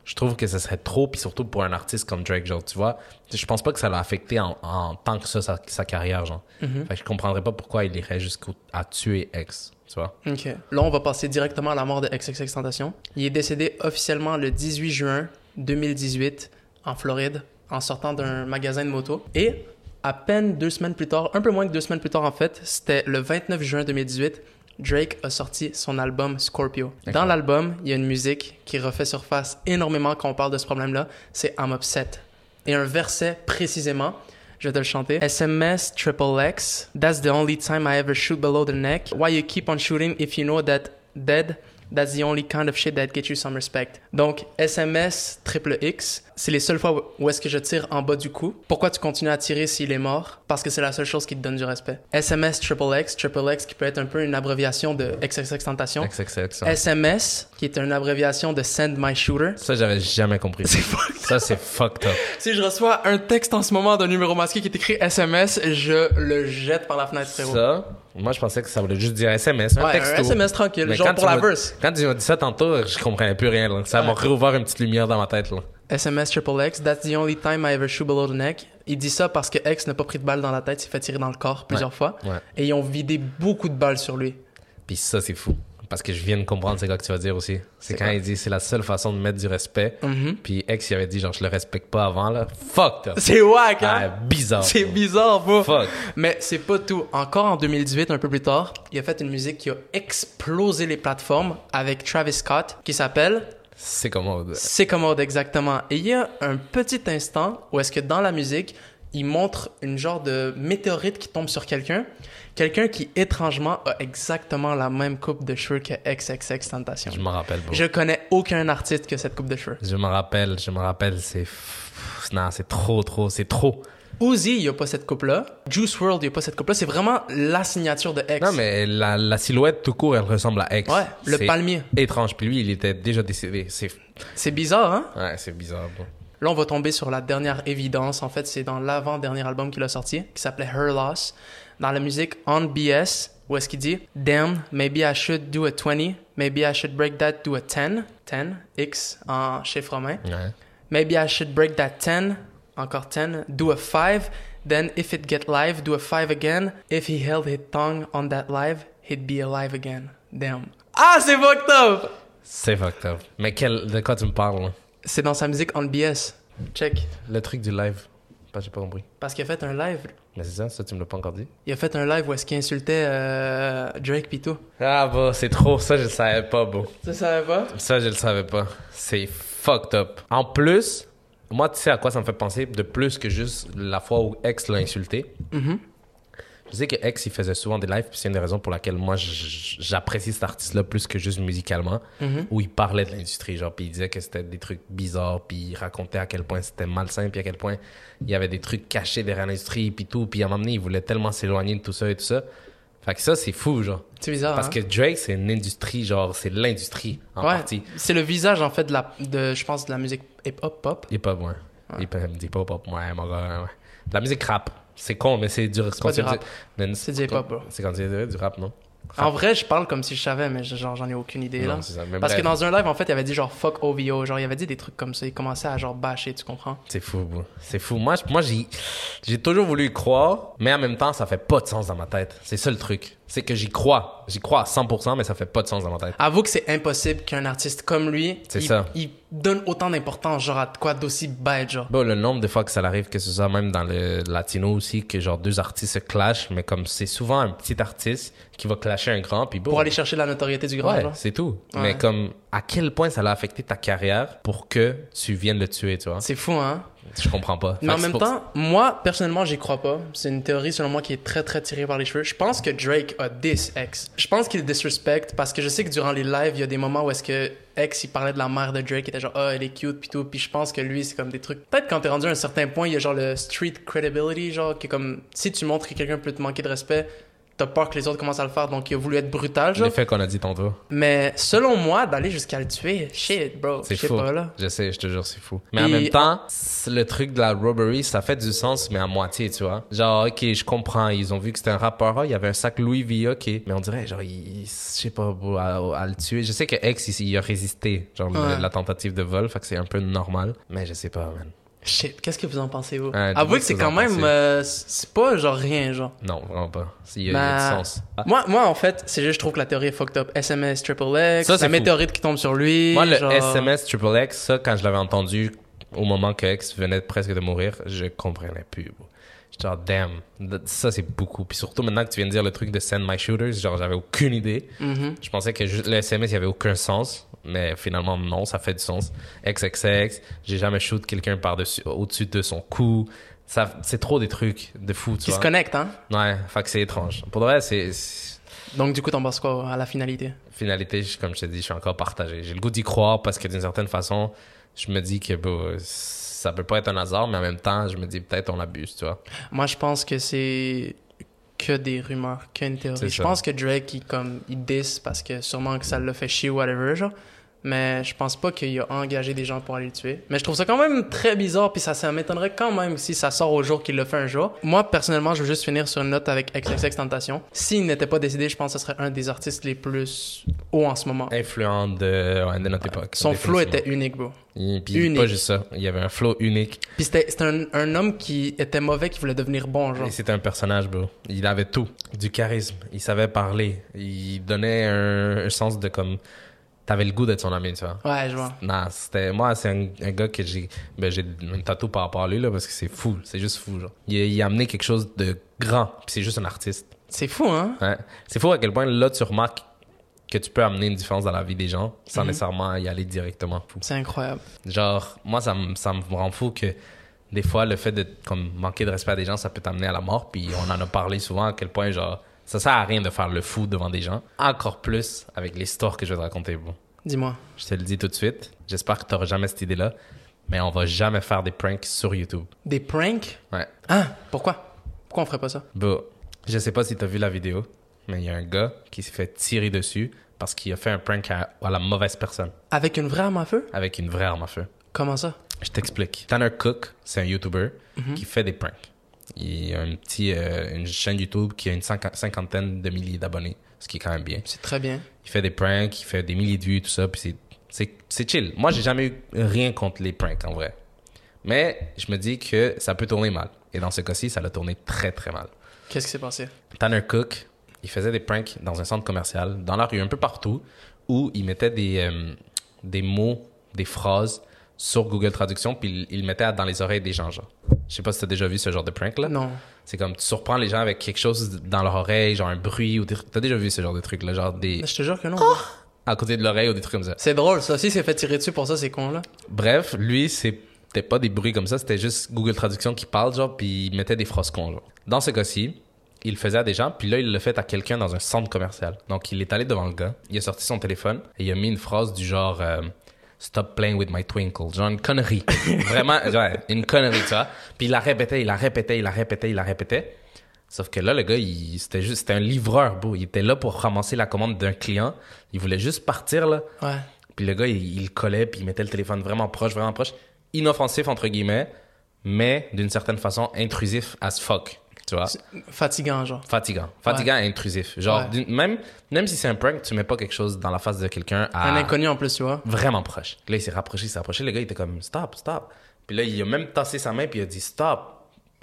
je trouve que ça serait trop, puis surtout pour un artiste comme Drake, genre, tu vois, je pense pas que ça l'a affecté en, en tant que ça, sa, sa carrière, genre. Fait que je comprendrais pas pourquoi il irait jusqu'à tuer ex, tu vois.
OK. Là, on va passer directement à la mort de XXXTentacion. Il est décédé officiellement le 18 juin 2018 en Floride en sortant d'un magasin de moto. Et à peine deux semaines plus tard, un peu moins que deux semaines plus tard en fait, c'était le 29 juin 2018, Drake a sorti son album Scorpio. Dans
D'accord.
l'album, il y a une musique qui refait surface énormément quand on parle de ce problème-là, c'est I'm Upset. Et un verset précisément je vais te le chanter. SMS triple X. That's the only time I ever shoot below the neck. Why you keep on shooting if you know that dead That's the only kind of shit that gets you some respect. Donc, SMS triple X, c'est les seules fois où est-ce que je tire en bas du cou. Pourquoi tu continues à tirer s'il est mort? Parce que c'est la seule chose qui te donne du respect. SMS triple X, triple X qui peut être un peu une abréviation de XXX tentation.
XXX. ouais.
SMS, qui est une abréviation de Send My Shooter.
Ça, j'avais jamais compris. Ça, c'est fucked up.
Si je reçois un texte en ce moment d'un numéro masqué qui est écrit SMS, je le jette par la fenêtre, frérot.
Ça, moi, je pensais que ça voulait juste dire SMS, un
ouais,
texto.
un SMS tranquille,
Mais
genre
quand
pour
tu
la
m'as-
verse.
Quand ils ont dit ça tantôt, je comprenais plus rien. là. Ça m'a réouvert une petite lumière dans ma tête. Là.
SMS triple X, that's the only time I ever shoot below the neck. Il dit ça parce que X n'a pas pris de balle dans la tête, s'est fait tirer dans le corps plusieurs fois.
Ouais.
Et ils ont vidé beaucoup de balles sur lui.
Puis ça, c'est fou. Parce que je viens de comprendre c'est quoi que tu vas dire aussi.
C'est
C'est quand
quoi?
il dit c'est la seule façon de mettre du respect.
Mhm.
Puis ex, il avait dit genre je le respecte pas avant là. Fucked up.
C'est wack, hein?
Ah, bizarre.
c'est bizarre, bro.
Fuck.
Mais c'est pas tout. Encore en 2018, un peu plus tard, il a fait une musique qui a explosé les plateformes avec Travis Scott qui s'appelle
C'est commode.
C'est commode, exactement. Et il y a un petit instant où est-ce que dans la musique, il montre une genre de météorite qui tombe sur quelqu'un. Quelqu'un qui, étrangement, a exactement la même coupe de cheveux que XXX Tentation.
Je m'en rappelle pas.
Je connais aucun artiste que cette coupe de cheveux.
Je m'en rappelle, je me rappelle, c'est... Non, c'est trop, trop, c'est trop.
Uzi, il a pas cette coupe-là. Juice World, il a pas cette coupe-là. C'est vraiment la signature de X.
Non, mais la, la silhouette tout court, elle ressemble à X.
Ouais, le
C'est
palmier.
Étrange, puis lui, il était déjà décédé. C'est...
C'est bizarre, hein?
Ouais, c'est bizarre. bon.
Là, on va tomber sur la dernière évidence. En fait, c'est dans l'avant-dernier album qu'il a sorti, qui s'appelait Her Loss, dans la musique On BS, où est-ce qu'il dit Damn, maybe I should do a 20, maybe I should break that to a 10, 10, X en chiffre romain.
Ouais.
Maybe I should break that 10, encore 10, do a 5, then if it get live, do a 5 again. If he held his tongue on that live, he'd be alive again. Damn. Ah, c'est fucked up!
C'est fucked up. Mais quel... de quoi tu me parles, là?
C'est dans sa musique On BS. Check.
Le truc du live. Pas, j'ai pas compris.
Parce qu'il a fait un live,
Mais c'est ça, ça, tu me l'as pas encore dit?
Il a fait un live où est-ce qu'il insultait euh, Drake pis tout.
Ah, bah, c'est trop. Ça, je le savais pas, beau.
Tu savais pas?
Ça, je le savais pas. C'est fucked up. En plus, moi, tu sais à quoi ça me fait penser de plus que juste la fois où X l'a insulté.
Mm-hmm.
Je sais que X, il faisait souvent des lives, puis c'est une des raisons pour laquelle moi, j- j'apprécie cet artiste-là plus que juste musicalement,
Mm-hmm.
où il parlait de l'industrie, genre, puis il disait que c'était des trucs bizarres, puis il racontait à quel point c'était malsain, puis à quel point il y avait des trucs cachés derrière l'industrie, puis tout, puis à un moment donné, il voulait tellement s'éloigner de tout ça et tout ça. Fait que ça, c'est fou, genre.
C'est bizarre.
Parce
hein?
que Drake, c'est une industrie, genre, c'est l'industrie en
Ouais.
partie.
C'est le visage en fait de la, de, je pense, de la musique hip-hop pop.
Il est pas bon. Il peut me dit pas pop. Ouais, mon gars. ouais. De La musique rap. C'est con, mais c'est du
pas du rap.
C'est
C'est du hip-hop, bro.
C'est considéré du rap, non?
En vrai, je parle comme si je savais, mais je- genre j'en ai aucune idée là.
Non, c'est ça. Mais
Parce
bref,
que dans un live, en fait, il avait dit genre fuck OVO, genre il avait dit des trucs comme ça, il commençait à genre bâcher, tu comprends?
C'est fou, bro. C'est fou. Moi, je- moi j'y- j'ai toujours voulu y croire, mais en même temps, ça fait pas de sens dans ma tête. C'est ça le truc. C'est que j'y crois. J'y crois à 100%, mais ça fait pas de sens dans ma tête.
Avoue que c'est impossible qu'un artiste comme lui,
C'est
il,
ça.
il donne autant d'importance genre à de quoi d'aussi bête, genre.
Bon, le nombre de fois que ça arrive, que ce soit même dans le latino aussi, que genre deux artistes se clashent, mais comme c'est souvent un petit artiste qui va clasher un grand, puis bon.
Pour aller chercher la notoriété du grand,
Ouais,
genre.
c'est tout.
Ouais.
Mais comme, à quel point ça l'a affecté ta carrière pour que tu viennes le tuer, tu vois?
C'est fou, hein?
Je comprends pas.
Mais
Fait
en
que c'est
même
pour-
temps, moi, personnellement, j'y crois pas. C'est une théorie, selon moi, qui est très, très tirée par les cheveux. Je pense que Drake a 10 X. Je pense qu'il disrespecte parce que je sais que durant les lives, il y a des moments où est-ce que X, il parlait de la mère de Drake, il était genre, ah, elle est cute, pis tout. Puis je pense que lui, c'est comme des trucs. Peut-être quand t'es rendu à un certain point, il y a genre le street credibility, genre, qui est comme, si tu montres que quelqu'un peut te manquer de respect, t'as peur que les autres commencent à le faire, donc il a voulu être brutal, genre.
L'effet qu'on a dit tantôt.
Mais selon moi, d'aller jusqu'à le tuer, shit, bro.
C'est
Je sais
fou.
pas, là.
Je sais, je te jure, c'est fou. Mais en
Puis-
même temps, c'est- le truc de la robbery, ça fait du sens, mais à moitié, tu vois. Genre, ok, je comprends. Ils ont vu que c'était un rappeur. Ah, il y avait un sac Louis V, ok. Mais on dirait, genre, il- je sais pas, bro, à, à le tuer. Je sais que X, il, il a résisté, genre, le-
Ouais.
la tentative de vol. Fait que c'est un peu normal. Mais je sais pas, man.
Shit, qu'est-ce que vous en pensez, vous?
Ouais, dis-moi
Avouez
ce
que c'est
que vous en
quand même.
pensez.
euh, c'est pas genre rien, genre.
Non, vraiment pas. Il y a, il y a
Bah,
du sens. Ah,
Moi, moi, en fait, c'est juste, je trouve que la théorie est fucked up. SMS, triple X,
Ça, c'est
la
fou.
météorite qui tombe sur lui.
Moi, le
genre-
SMS Triple X, ça, quand je l'avais entendu au moment que X venait presque de mourir, je comprenais plus. bro. J'étais genre, damn, th- ça c'est beaucoup. Puis surtout maintenant que tu viens de dire le truc de send my shooters, genre j'avais aucune idée.
Mhm.
Je pensais que juste le SMS, il n'y avait aucun sens. Mais finalement, non, ça fait du sens. XXX, j'ai jamais shoot quelqu'un par-dessus, au-dessus de son cou. Ça, c'est trop des trucs de fou, tu
Qui se
vois.
connecte, hein?
Ouais, fait que c'est étrange. Pour de vrai, c'est. c'est-
Donc, du coup, t'en penses quoi à la finalité
Finalité, je- comme je te dis, je suis encore partagé. J'ai le goût d'y croire parce que d'une certaine façon, je me dis que bah, ça peut pas être un hasard, mais en même temps, je me dis peut-être on abuse, tu vois.
Moi, je pense que c'est que des rumeurs, qu'une
C'est
théorie. Je
ça.
pense que Drake, il, comme, il diss parce que sûrement que ça le fait chier ou whatever, genre. Mais je pense pas qu'il a engagé des gens pour aller le tuer. Mais je trouve ça quand même très bizarre, puis ça, ça m'étonnerait quand même si ça sort au jour qu'il le fait un jour. Moi, personnellement, je veux juste finir sur une note avec XXX Tentation. S'il n'était pas décidé, je pense que ce serait un des artistes les plus hauts en ce moment.
Influent de, ouais, de notre époque.
Ah, Son flow
définitivement.
était unique, bro.
Et puis,
unique.
pas juste ça. Il y avait un flow unique.
Puis c'était c'était un, un homme qui était mauvais, qui voulait devenir bon, genre.
Et c'était un personnage, bro. Il avait tout. Du charisme. Il savait parler. Il donnait un, un sens de comme. T'avais le goût d'être son ami, tu vois.
Ouais, je vois.
Non, c'était. Moi, c'est un, un gars que j'ai. Ben, j'ai une tatou par rapport à lui, là, parce que c'est fou. C'est juste fou, genre. Il, a- il a amené quelque chose de grand. Puis c'est juste un artiste.
C'est fou, hein?
Ouais. C'est fou à quel point, là, tu remarques que tu peux amener une différence dans la vie des gens sans nécessairement y aller directement. Fou.
C'est incroyable.
Genre, moi, ça me, ça me rend fou que des fois, le fait de comme, manquer de respect à des gens, ça peut t'amener à la mort. Puis on en a parlé souvent à quel point, genre, ça sert à rien de faire le fou devant des gens. Encore plus avec l'histoire que je vais te raconter. Bon,
Dis-moi.
je te le dis tout de suite. J'espère que tu jamais cette idée-là. Mais on va jamais faire des pranks sur YouTube.
Des pranks?
Ouais.
Ah, pourquoi? Pourquoi on ferait pas ça?
Bon, je sais pas si t'as vu la vidéo, mais il y a un gars qui s'est fait tirer dessus parce qu'il a fait un prank à- à la mauvaise personne
Avec une vraie arme à feu?
avec une vraie arme à feu.
Comment ça?
Je t'explique. Tanner Cook, c'est un YouTuber qui fait des pranks. Il a un petit, euh, une chaîne YouTube qui a une cinqui- cinquantaine de milliers d'abonnés, ce qui est quand même bien.
C'est très bien.
Il fait des pranks, il fait des milliers de vues, tout ça, puis c'est- c'est c'est chill. Moi, j'ai jamais eu rien contre les pranks, en vrai. Mais je me dis que ça peut tourner mal. Et dans ce cas-ci, ça l'a tourné très, très mal.
Qu'est-ce qui s'est passé?
Tanner Cook, il faisait des pranks dans un centre commercial, dans la rue, un peu partout, où il mettait des, euh, des mots, des phrases sur Google Traduction, puis il, il le mettait dans les oreilles des gens. Genre. Je sais pas si t'as déjà vu ce genre de prank-là.
Non.
C'est comme tu surprends les gens avec quelque chose dans leur oreille, genre un bruit, ou des- t'as déjà vu ce genre de truc-là, genre des...
Je te jure que non.
à côté de l'oreille ou des trucs comme ça.
C'est drôle, ça. Si c'est fait tirer dessus pour ça, c'est con, là.
Bref, lui, c'était pas des bruits comme ça, c'était juste Google Traduction qui parle, genre, puis il mettait des phrases cons, genre. Dans ce cas-ci, il le faisait à des gens, puis là, il le fait à quelqu'un dans un centre commercial. Donc, il est allé devant le gars, il a sorti son téléphone, et il a mis une phrase du genre euh, Stop playing with my twinkle », genre une connerie. Vraiment, ouais, une connerie, tu vois. Puis il la répétait, il la répétait, il la répétait, il la répétait. Sauf que là, le gars, il, c'était juste, c'était un livreur, bro. Il était là pour ramasser la commande d'un client. Il voulait juste partir, là.
Ouais.
Puis le gars, il, il collait, puis il mettait le téléphone vraiment proche, vraiment proche. Inoffensif, entre guillemets, mais d'une certaine façon intrusif as fuck. Tu vois?
Fatigant, genre.
Fatigant. Fatigant et intrusif. Genre,
Ouais.
d'une- même, même si c'est un prank, tu mets pas quelque chose dans la face de quelqu'un à
Un inconnu en plus, tu vois.
vraiment proche. Là, il s'est rapproché, il s'est rapproché. Le gars, il était comme stop, stop. Puis là, il a même tassé sa main, puis il a dit stop.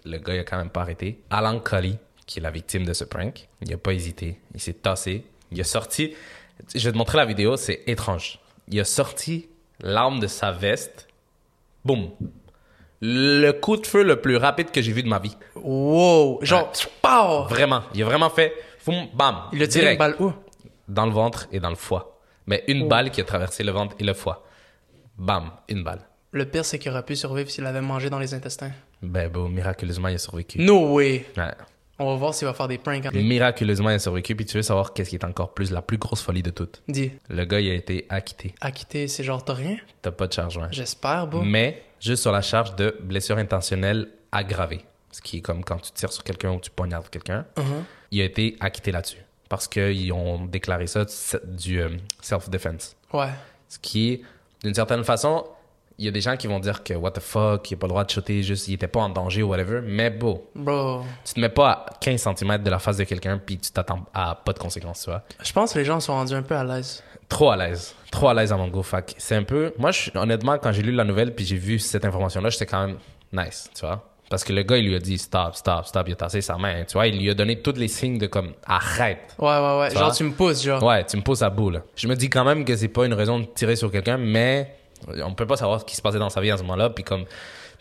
Le gars, il a quand même pas arrêté. Alan Colley, qui est la victime de ce prank, il a pas hésité. Il s'est tassé. Il a sorti. Je vais te montrer la vidéo, c'est étrange. Il a sorti l'arme de sa veste. Boum. Le coup de feu le plus rapide que j'ai vu de ma vie.
Wow! Genre, pow!
Vraiment. Il a vraiment fait. Foum, bam.
Il a tiré une
Direct
balle Oh. où?
dans le ventre et dans le foie. Mais une balle qui a traversé le ventre et le foie. Bam, une balle.
Le pire, c'est qu'il aurait pu survivre s'il avait mangé dans les intestins.
Ben, bon, miraculeusement, il a survécu.
No way!
Ouais.
On va voir s'il va faire des pranks.
Mm.
hein.
Miraculeusement, il a survécu. Puis tu veux savoir qu'est-ce qui est encore plus la plus grosse folie de toutes.
Dis,
Le gars, il a été acquitté.
acquitté, c'est genre, t'as rien?
T'as pas de charge, ouais.
J'espère, beau.
Mais juste sur la charge de blessure intentionnelle aggravée. Ce qui est comme quand tu tires sur quelqu'un ou tu poignardes quelqu'un.
Mhm.
Il a été acquitté là-dessus. Parce qu'ils ont déclaré ça c'est du euh, self-defense.
Ouais.
Ce qui est, d'une certaine façon, il y a des gens qui vont dire que what the fuck, il a pas le droit de shooter, juste il était pas en danger ou whatever, mais beau.
Bro.
Tu te mets pas à 15 cm de la face de quelqu'un puis tu t'attends à pas de conséquences, tu vois.
Je pense que les gens sont rendus un peu à l'aise.
Trop à l'aise. Trop à l'aise à mon go fac. C'est un peu. Moi, je suis- honnêtement, quand j'ai lu la nouvelle puis j'ai vu cette information-là, j'étais quand même nice, tu vois. Parce que le gars, il lui a dit stop, stop, stop, il a tassé sa main, tu vois. Il lui a donné tous les signes de comme arrête.
Ouais, ouais, ouais.
Ça
Genre,
va?
tu me pousses, genre.
Ouais, tu me poses à bout, là. Je me dis quand même que c'est pas une raison de tirer sur quelqu'un, mais on peut pas savoir ce qui se passait dans sa vie à ce moment-là. Puis comme,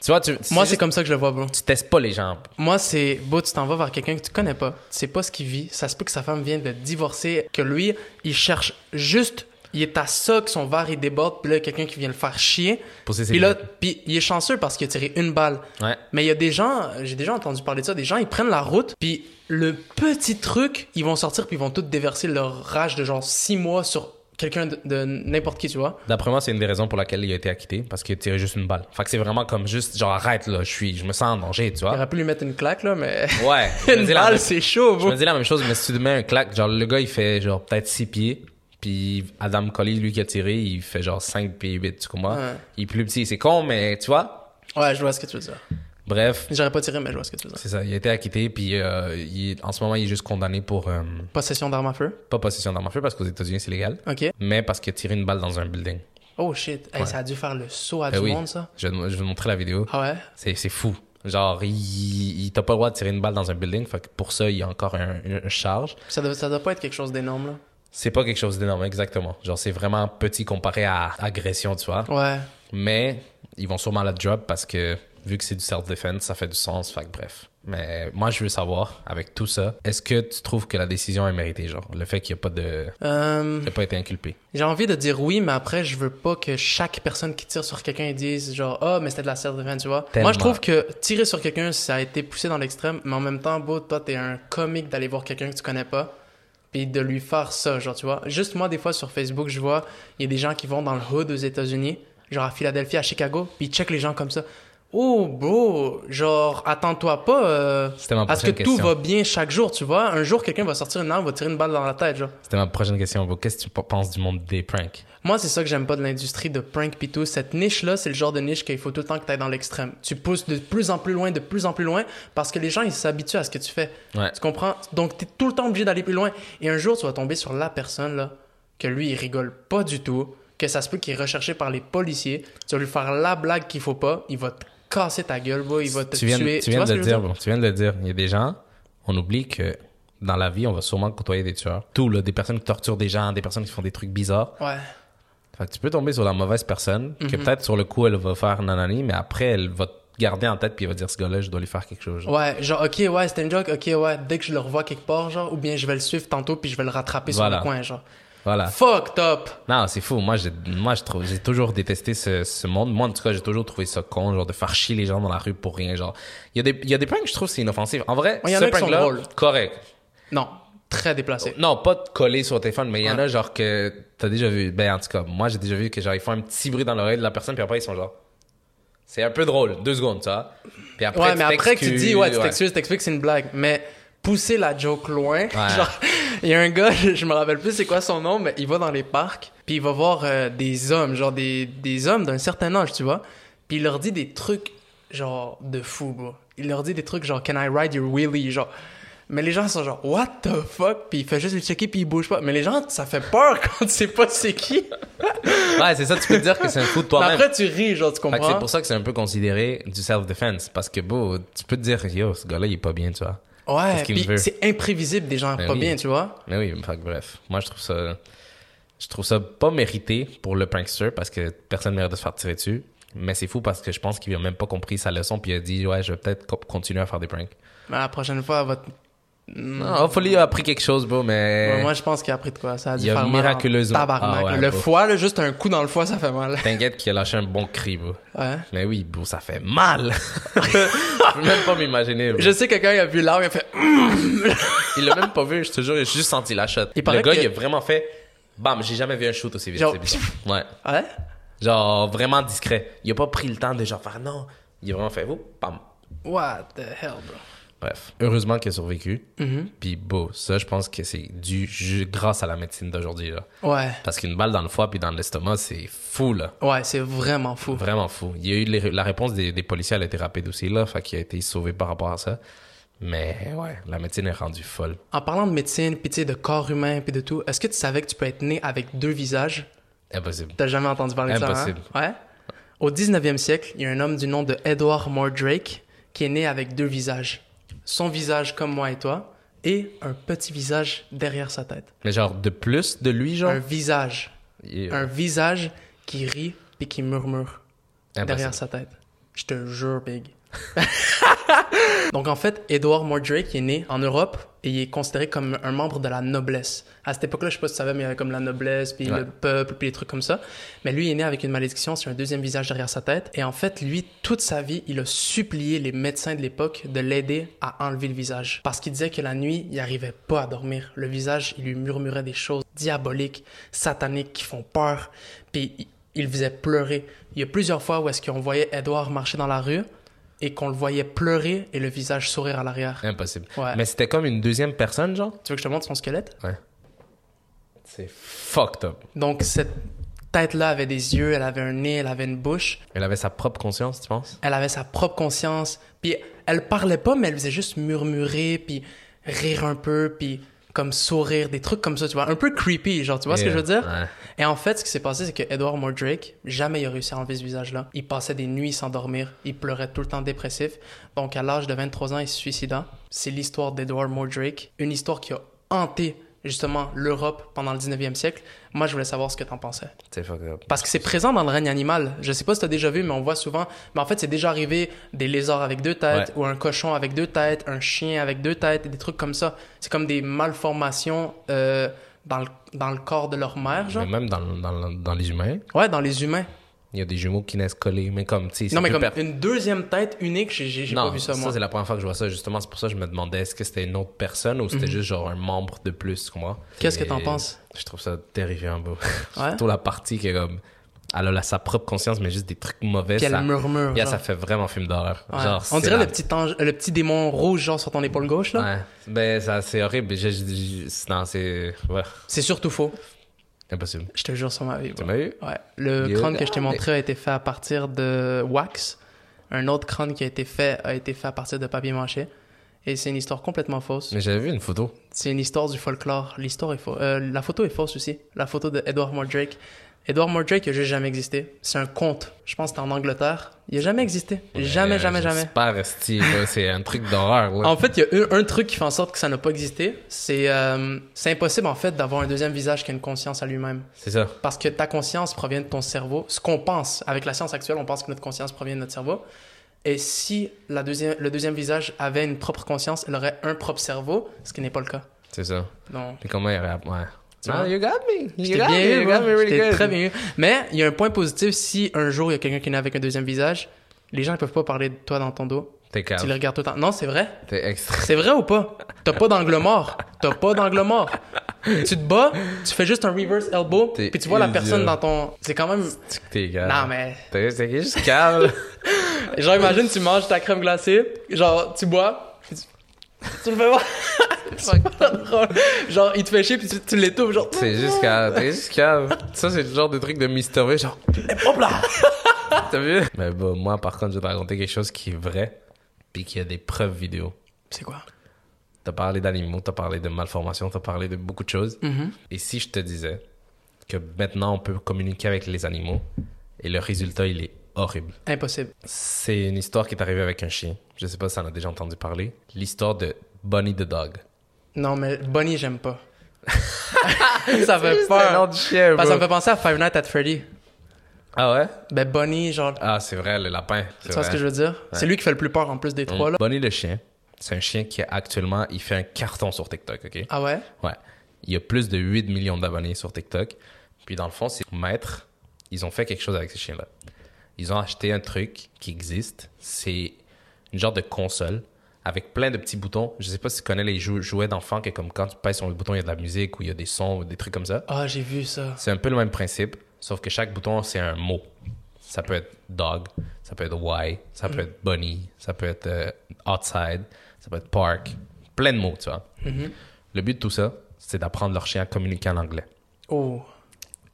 tu vois, tu,
Moi, c'est
juste-
comme ça que je le vois, bro.
tu testes pas les gens.
Moi, c'est beau, tu t'en vas vers quelqu'un que tu connais pas. Tu sais pas ce qu'il vit. Ça se peut que sa femme vienne de divorcer, que lui, il cherche juste il est à ça que son verre il déborde, puis là, il y a quelqu'un qui vient le faire chier.
Pour ses
Puis là,
cigarettes.
puis il est chanceux parce qu'il a tiré une balle.
Ouais.
Mais il y a des gens, j'ai déjà entendu parler de ça, des gens, ils prennent la route, puis le petit truc, ils vont sortir, puis ils vont tout déverser leur rage de genre six mois sur quelqu'un de, de n'importe qui, tu vois.
D'après moi, c'est une des raisons pour laquelle il a été acquitté, parce qu'il a tiré juste une balle. Fait que c'est vraiment comme juste, genre, arrête là, je suis, je me sens en danger, tu
Il
vois.
aurait pu lui mettre une claque, là, mais
Ouais. Ah. je me
une
dis la
balle,
même-
c'est chaud,
Je
bro.
me dis la même chose, mais si tu mets un claque, genre, le gars, il fait genre peut-être 6 pieds, puis Adam Colley, lui qui a tiré, il fait genre 5 pieds 8, tu comprends?
Ouais.
Il est plus petit, c'est con, mais tu vois?
Ouais, je vois ce que tu veux dire.
Bref,
J'aurais pas tiré, mais je vois ce que tu veux dire.
c'est ça, il a été acquitté, puis euh, il est- en ce moment, il est juste condamné pour, euh,
Possession d'armes à feu.
pas possession d'armes à feu, parce qu'aux États-Unis, c'est légal,
OK.
mais parce qu'il a tiré une balle dans un building.
Oh shit. Hey,
Ouais.
ça a dû faire le saut à
Ben
tout le
oui.
monde, ça.
Je vais, je vais vous montrer la vidéo.
Ah ouais?
C'est, c'est fou. Genre, il, il- t'as pas le droit de tirer une balle dans un building, fait que pour ça, il y a encore un- une, une charge.
Ça doit, ça doit pas être quelque chose d'énorme, là.
C'est pas quelque chose d'énorme, exactement. Genre, c'est vraiment petit comparé à agression, tu vois.
Ouais.
Mais ils vont sûrement la drop parce que, vu que c'est du self-defense, ça fait du sens, fait que bref. Mais moi, je veux savoir, avec tout ça, est-ce que tu trouves que la décision est méritée, genre, le fait qu'il n'y a pas de.
Euh,
Il a pas été inculpé.
j'ai envie de dire oui, mais après, je veux pas que chaque personne qui tire sur quelqu'un dise genre, ah, mais c'était de la self-defense, tu vois.
Tellement.
Moi, je trouve que tirer sur quelqu'un, ça a été poussé dans l'extrême, mais en même temps, beau, toi, t'es un comique d'aller voir quelqu'un que tu connais pas, puis de lui faire ça, genre, tu vois. Juste moi, des fois, sur Facebook, je vois, il y a des gens qui vont dans le hood aux États-Unis, genre à Philadelphie, à Chicago, puis ils checkent les gens comme ça. Oh, bro, genre, attends-toi pas. euh,
C'était ma
à ce que
prochaine question.
tout va bien chaque jour, tu vois. Un jour, quelqu'un va sortir une arme, va tirer une balle dans la tête, genre.
C'était ma prochaine question, bro. Qu'est-ce que tu penses du monde des pranks?
Moi, c'est ça que j'aime pas de l'industrie de prank pis tout. Cette niche-là, c'est le genre de niche qu'il faut tout le temps que t'ailles dans l'extrême. Tu pousses de plus en plus loin, de plus en plus loin, parce que les gens, ils s'habituent à ce que tu fais.
Ouais.
Tu comprends? Donc, t'es tout le temps obligé d'aller plus loin. Et un jour, tu vas tomber sur la personne, là, que lui, il rigole pas du tout, que ça se peut qu'il est recherché par les policiers. Tu vas lui faire la blague qu'il faut pas, il va te casser ta gueule, boy, il va te
tu viens,
tuer.
tu viens
vois ce
de
que
le
je veux
dire, bon, tu viens de le dire. Il y a des gens, on oublie que dans la vie, on va sûrement côtoyer des tueurs. Tout, là, des personnes qui torturent des gens, des personnes qui font des trucs bizarres.
Ouais.
Fait que tu peux tomber sur la mauvaise personne,
Mhm.
que peut-être sur le coup, elle va faire nanani, mais après, elle va te garder en tête puis elle va dire ce gars-là, je dois lui faire quelque chose.
Ouais, genre, ok, ouais, c'était une joke, ok, ouais, dès que je le revois quelque part, genre, ou bien je vais le suivre tantôt puis je vais le rattraper sur
Voilà. Ah.
le coin, genre.
Voilà.
Fuck top!
Non, c'est fou. Moi, j'ai, moi, je trouve, j'ai toujours détesté ce, ce monde. Moi, en tout cas, j'ai toujours trouvé ça con, genre, de faire chier les gens dans la rue pour rien, genre. Il y a des, il y a des pranks que je trouve, c'est inoffensif. En vrai,
Ouais, il y en
ce
a qui sont
prank-là,
drôles.
correct.
Non, très déplacé.
Non, pas de coller sur le téléphone, mais il y en
Ouais.
a genre que t'as déjà vu. Ben, en tout cas, moi j'ai déjà vu que genre ils font un petit bruit dans l'oreille de la personne, puis après ils sont genre. C'est un peu drôle, deux secondes, ça. Puis après,
ouais,
tu
mais après que tu
t'excuses,
dis, ouais, tu t'excuses, t'expliques que c'est une blague, mais pousser la joke loin, genre, il y a un gars, je, je me rappelle plus c'est quoi son nom, mais il va dans les parcs, puis il va voir euh, des hommes, genre des, des hommes d'un certain âge, tu vois, puis il leur dit des trucs, genre, de fou, bro. Il leur dit des trucs genre, can I ride your wheelie, genre. Mais les gens sont genre, what the fuck? Puis il fait juste le checker, puis il bouge pas. Mais les gens, ça fait peur quand tu sais pas c'est qui.
Ouais, c'est ça, tu peux te dire que c'est un coup de
Mais
toi-même.
après, tu ris, genre, tu
Fait que
comprends?
c'est pour ça que c'est un peu considéré du self-defense. Parce que, beau, tu peux te dire, yo, ce gars-là, il est pas bien, tu vois.
Ouais,
Qu'est-ce qu'il
puis
veut?
c'est imprévisible des gens
Ben
pas
oui.
bien, tu vois.
Mais oui, fait que bref. Moi, je trouve ça. Je trouve ça pas mérité pour le prankster parce que personne mérite de se faire tirer dessus. Mais c'est fou parce que je pense qu'il a même pas compris sa leçon, puis il a dit, ouais, je vais peut-être co- continuer à faire des pranks.
Mais la prochaine fois, votre...
Non, hopefully, il a appris quelque chose, bro, mais.
moi, je pense qu'il a pris de quoi. Ça a dû
Il a
faire mal en
miraculeusement-
Tabarnak.
Ah ouais,
le
bro.
foie, là, juste un coup dans le foie, ça fait mal.
T'inquiète qu'il a lâché un bon cri, bro.
Ouais.
Mais oui, bro, ça fait mal. je peux même pas m'imaginer, bro.
Je sais que quand il a vu l'arbre, il a fait Hum!
Il l'a même pas vu, je te jure, j'ai juste senti la shot.
Il
le
paraît
gars,
que-
il a vraiment fait. Bam, j'ai jamais vu un shoot aussi vite.
Genre-
c'est bizarre. Ouais.
Ouais?
Genre, vraiment discret. Il a pas pris le temps de genre faire non. Il a vraiment fait, oh, bam.
What the hell, bro?
Bref. Heureusement qu'il a survécu.
Mhm.
Puis, beau, ça, je pense que c'est dû ju- grâce à la médecine d'aujourd'hui, là.
Ouais.
Parce qu'une balle dans le foie puis dans l'estomac, c'est fou, là.
Ouais, c'est vraiment fou.
Vraiment fou. Il y a eu les- la réponse des, des policiers, elle a été rapide aussi, là. Fait qu'il a été sauvé par rapport à ça. Mais ouais, la médecine est rendue folle.
En parlant de médecine, puis tu sais, de corps humain, puis de tout, est-ce que tu savais que tu peux être né avec deux visages?
Impossible.
T'as jamais entendu parler
Impossible.
de ça, hein? Ouais. Au 19e siècle, il y a un homme du nom de Edward Mordrake qui est né avec deux visages. Son visage comme moi et toi, et un petit visage derrière sa tête.
Mais genre, de plus de lui, genre.
un visage,
il est-
un visage qui rit et qui murmure
impossible.
derrière sa tête. Je te jure, Big. Donc en fait, Edward Mordrake est né en Europe et il est considéré comme un membre de la noblesse. À cette époque-là, je sais pas si tu savais, mais il y avait comme la noblesse, puis
Ouais.
le peuple, puis les trucs comme ça. Mais lui il est né avec une malédiction, c'est un deuxième visage derrière sa tête. Et en fait, lui, toute sa vie, il a supplié les médecins de l'époque de l'aider à enlever le visage. Parce qu'il disait que la nuit, il arrivait pas à dormir. Le visage, il lui murmurait des choses diaboliques, sataniques, qui font peur. Puis il- il le faisait pleurer. Il y a plusieurs fois où est-ce qu'on voyait Edward marcher dans la rue et qu'on le voyait pleurer et le visage sourire à l'arrière.
Impossible.
Ouais.
Mais c'était comme une deuxième personne, genre?
Tu veux que je te montre son squelette?
Ouais. C'est fucked up.
Donc, cette tête-là avait des yeux, elle avait un nez, elle avait une bouche.
Elle avait sa propre conscience, tu penses?
Elle avait sa propre conscience. Puis, elle parlait pas, mais elle faisait juste murmurer, puis rire un peu, puis comme sourire, des trucs comme ça, tu vois. Un peu creepy, genre, tu vois ce que je veux dire?
Ouais.
Et en fait, ce qui s'est passé, c'est que Edward Mordrake, jamais il a réussi à enlever ce visage-là. Il passait des nuits sans dormir, il pleurait tout le temps dépressif. Donc, à l'âge de 23 ans, il se suicida. C'est l'histoire d'Edward Mordrake, une histoire qui a hanté justement l'Europe pendant le 19e siècle. Moi, je voulais savoir ce que t'en pensais.
C'est fucked up.
Parce que c'est présent dans le règne animal. Je sais pas si t'as déjà vu, mais on voit souvent. Mais en fait, c'est déjà arrivé des lézards avec deux têtes, ou un cochon avec deux têtes, un chien avec deux têtes, et des trucs comme ça. C'est comme des malformations euh, dans, le, dans le corps de leur mère, genre.
Mais même dans, dans, dans les humains,
Ouais, dans les humains.
il y a des jumeaux qui naissent collés. Mais comme, tu sais, c'est
Non, mais
plus
comme
per-
une deuxième tête unique, j'ai- j'ai j'ai
Non,
pas vu ça, moi.
c'est la première fois que je vois ça, justement. C'est pour ça que je me demandais est-ce que c'était une autre personne ou c'était juste genre un membre de plus que moi.
Mhm. Qu'est-ce que
Et
t'en penses?
Je trouve ça terrifiant, beau.
Ouais.
Surtout la partie qui est comme. Elle a la- sa propre conscience, mais juste des trucs mauvais.
Puis elle
ça...
murmure.
Yeah,
genre.
ça fait vraiment film d'horreur.
Ouais.
Genre,
On
c'est
dirait
la-
le, petit ange- le petit démon rouge, genre, sur ton épaule gauche, là.
Ouais. Ben, ça, c'est horrible. Je- je- je- c'est- Non, c'est. Ouais,
C'est surtout faux.
impossible.
Je te jure sur ma vie.
Tu
ouais.
m'as eu?
Ouais. Le
Yo,
crâne que je t'ai
ah, mais-
montré a été fait à partir de wax. Un autre crâne qui a été fait a été fait à partir de papier mâché. Et c'est une histoire complètement fausse.
Mais j'avais vu une photo.
C'est une histoire du folklore. L'histoire est fausse. Euh, la photo est fausse aussi. La photo de Edward Mordrake. Edward Mordrake n'a jamais existé. C'est un conte. Je pense que c'était en Angleterre. Il n'a jamais existé. Jamais,
Mais,
jamais,
euh,
jamais.
C'est pas resté. là. C'est un truc d'horreur. là.
En fait, il y a eu un truc qui fait en sorte que ça n'a pas existé. C'est euh, c'est impossible, en fait, d'avoir un deuxième visage qui a une conscience à lui-même.
C'est ça.
Parce que ta conscience provient de ton cerveau. Ce qu'on pense, avec la science actuelle, on pense que notre conscience provient de notre cerveau. Et si la deuxième, le deuxième visage avait une propre conscience, elle aurait un propre cerveau, ce qui n'est pas le cas.
C'est ça.
Donc,
Puis comment il réagit? Ouais. Ah,
Tu vois?
you got me. You
j'étais
got
bien
me.
eu,
You got
moi.
me really
J'étais
good.
très bien eu. Mais il y a un point positif, si un jour il y a quelqu'un qui est né avec un deuxième visage, les gens ne peuvent pas parler de toi dans ton dos.
T'es
Tu les
calme.
regardes tout le temps. Non, c'est vrai.
T'es extra.
C'est vrai ou pas? T'as pas d'angle mort. T'as pas d'angle mort. Tu te bats, tu fais juste un reverse elbow,
T'es
puis tu vois la
idiot. Ah.
personne dans ton. C'est quand même.
T'es calme.
Non, mais.
T'es t'es juste calme.
Genre, imagine, tu manges ta crème glacée, genre, tu bois, puis tu. Tu le fais voir. C'est pas drôle. Genre, il te fait chier, puis tu, tu l'étouffes, genre.
T'es juste calme. T'es juste calme. Ça, c'est le genre de truc de mystérieux. Genre,
Hop là!
t'as vu? Mais bon, moi, par contre, je vais te raconter quelque chose qui est vrai. Puis qui a des preuves vidéo.
C'est quoi?
T'as parlé d'animaux, t'as parlé de malformations, t'as parlé de beaucoup de choses.
Mhm.
Et si je te disais que maintenant on peut communiquer avec les animaux et le résultat il est horrible.
Impossible.
C'est une histoire qui est arrivée avec un chien. Je sais pas si t'en as déjà entendu parler. L'histoire de Bunny the Dog.
Non, mais Bonnie, j'aime pas. ça fait
un nom
peur.
de chien,
Parce que ça me
bro.
fait penser à Five Nights at Freddy.
Ah ouais?
Ben, Bonnie, genre.
Ah, c'est vrai, Mm. le lapin.
Tu vois ce que je veux dire? C'est lui qui fait le plus peur en plus des trois, là.
Bunny Euh, le chien, c'est un chien qui actuellement il fait un carton sur TikTok, ok?
Ah ouais?
Ouais. Il y a plus de 8 millions d'abonnés sur TikTok. Puis dans le fond, ces maîtres, ils ont fait quelque chose avec ces chiens-là. Ils ont acheté un truc qui existe. C'est une genre de console avec plein de petits boutons. Je sais pas si tu connais les jou- jouets d'enfants que comme quand tu pèses sur le bouton, il y a de la musique ou il y a des sons ou des trucs comme ça.
Ah, j'ai vu ça.
C'est un peu le même principe, sauf que chaque bouton, c'est un mot. Ça peut être dog, ça peut être why, ça
Mm.
peut être bunny, ça peut être euh, outside, ça peut être park. Plein de mots, tu vois.
Mm-hmm.
Le but de tout ça, c'est d'apprendre leur chien à communiquer en anglais.
Oh.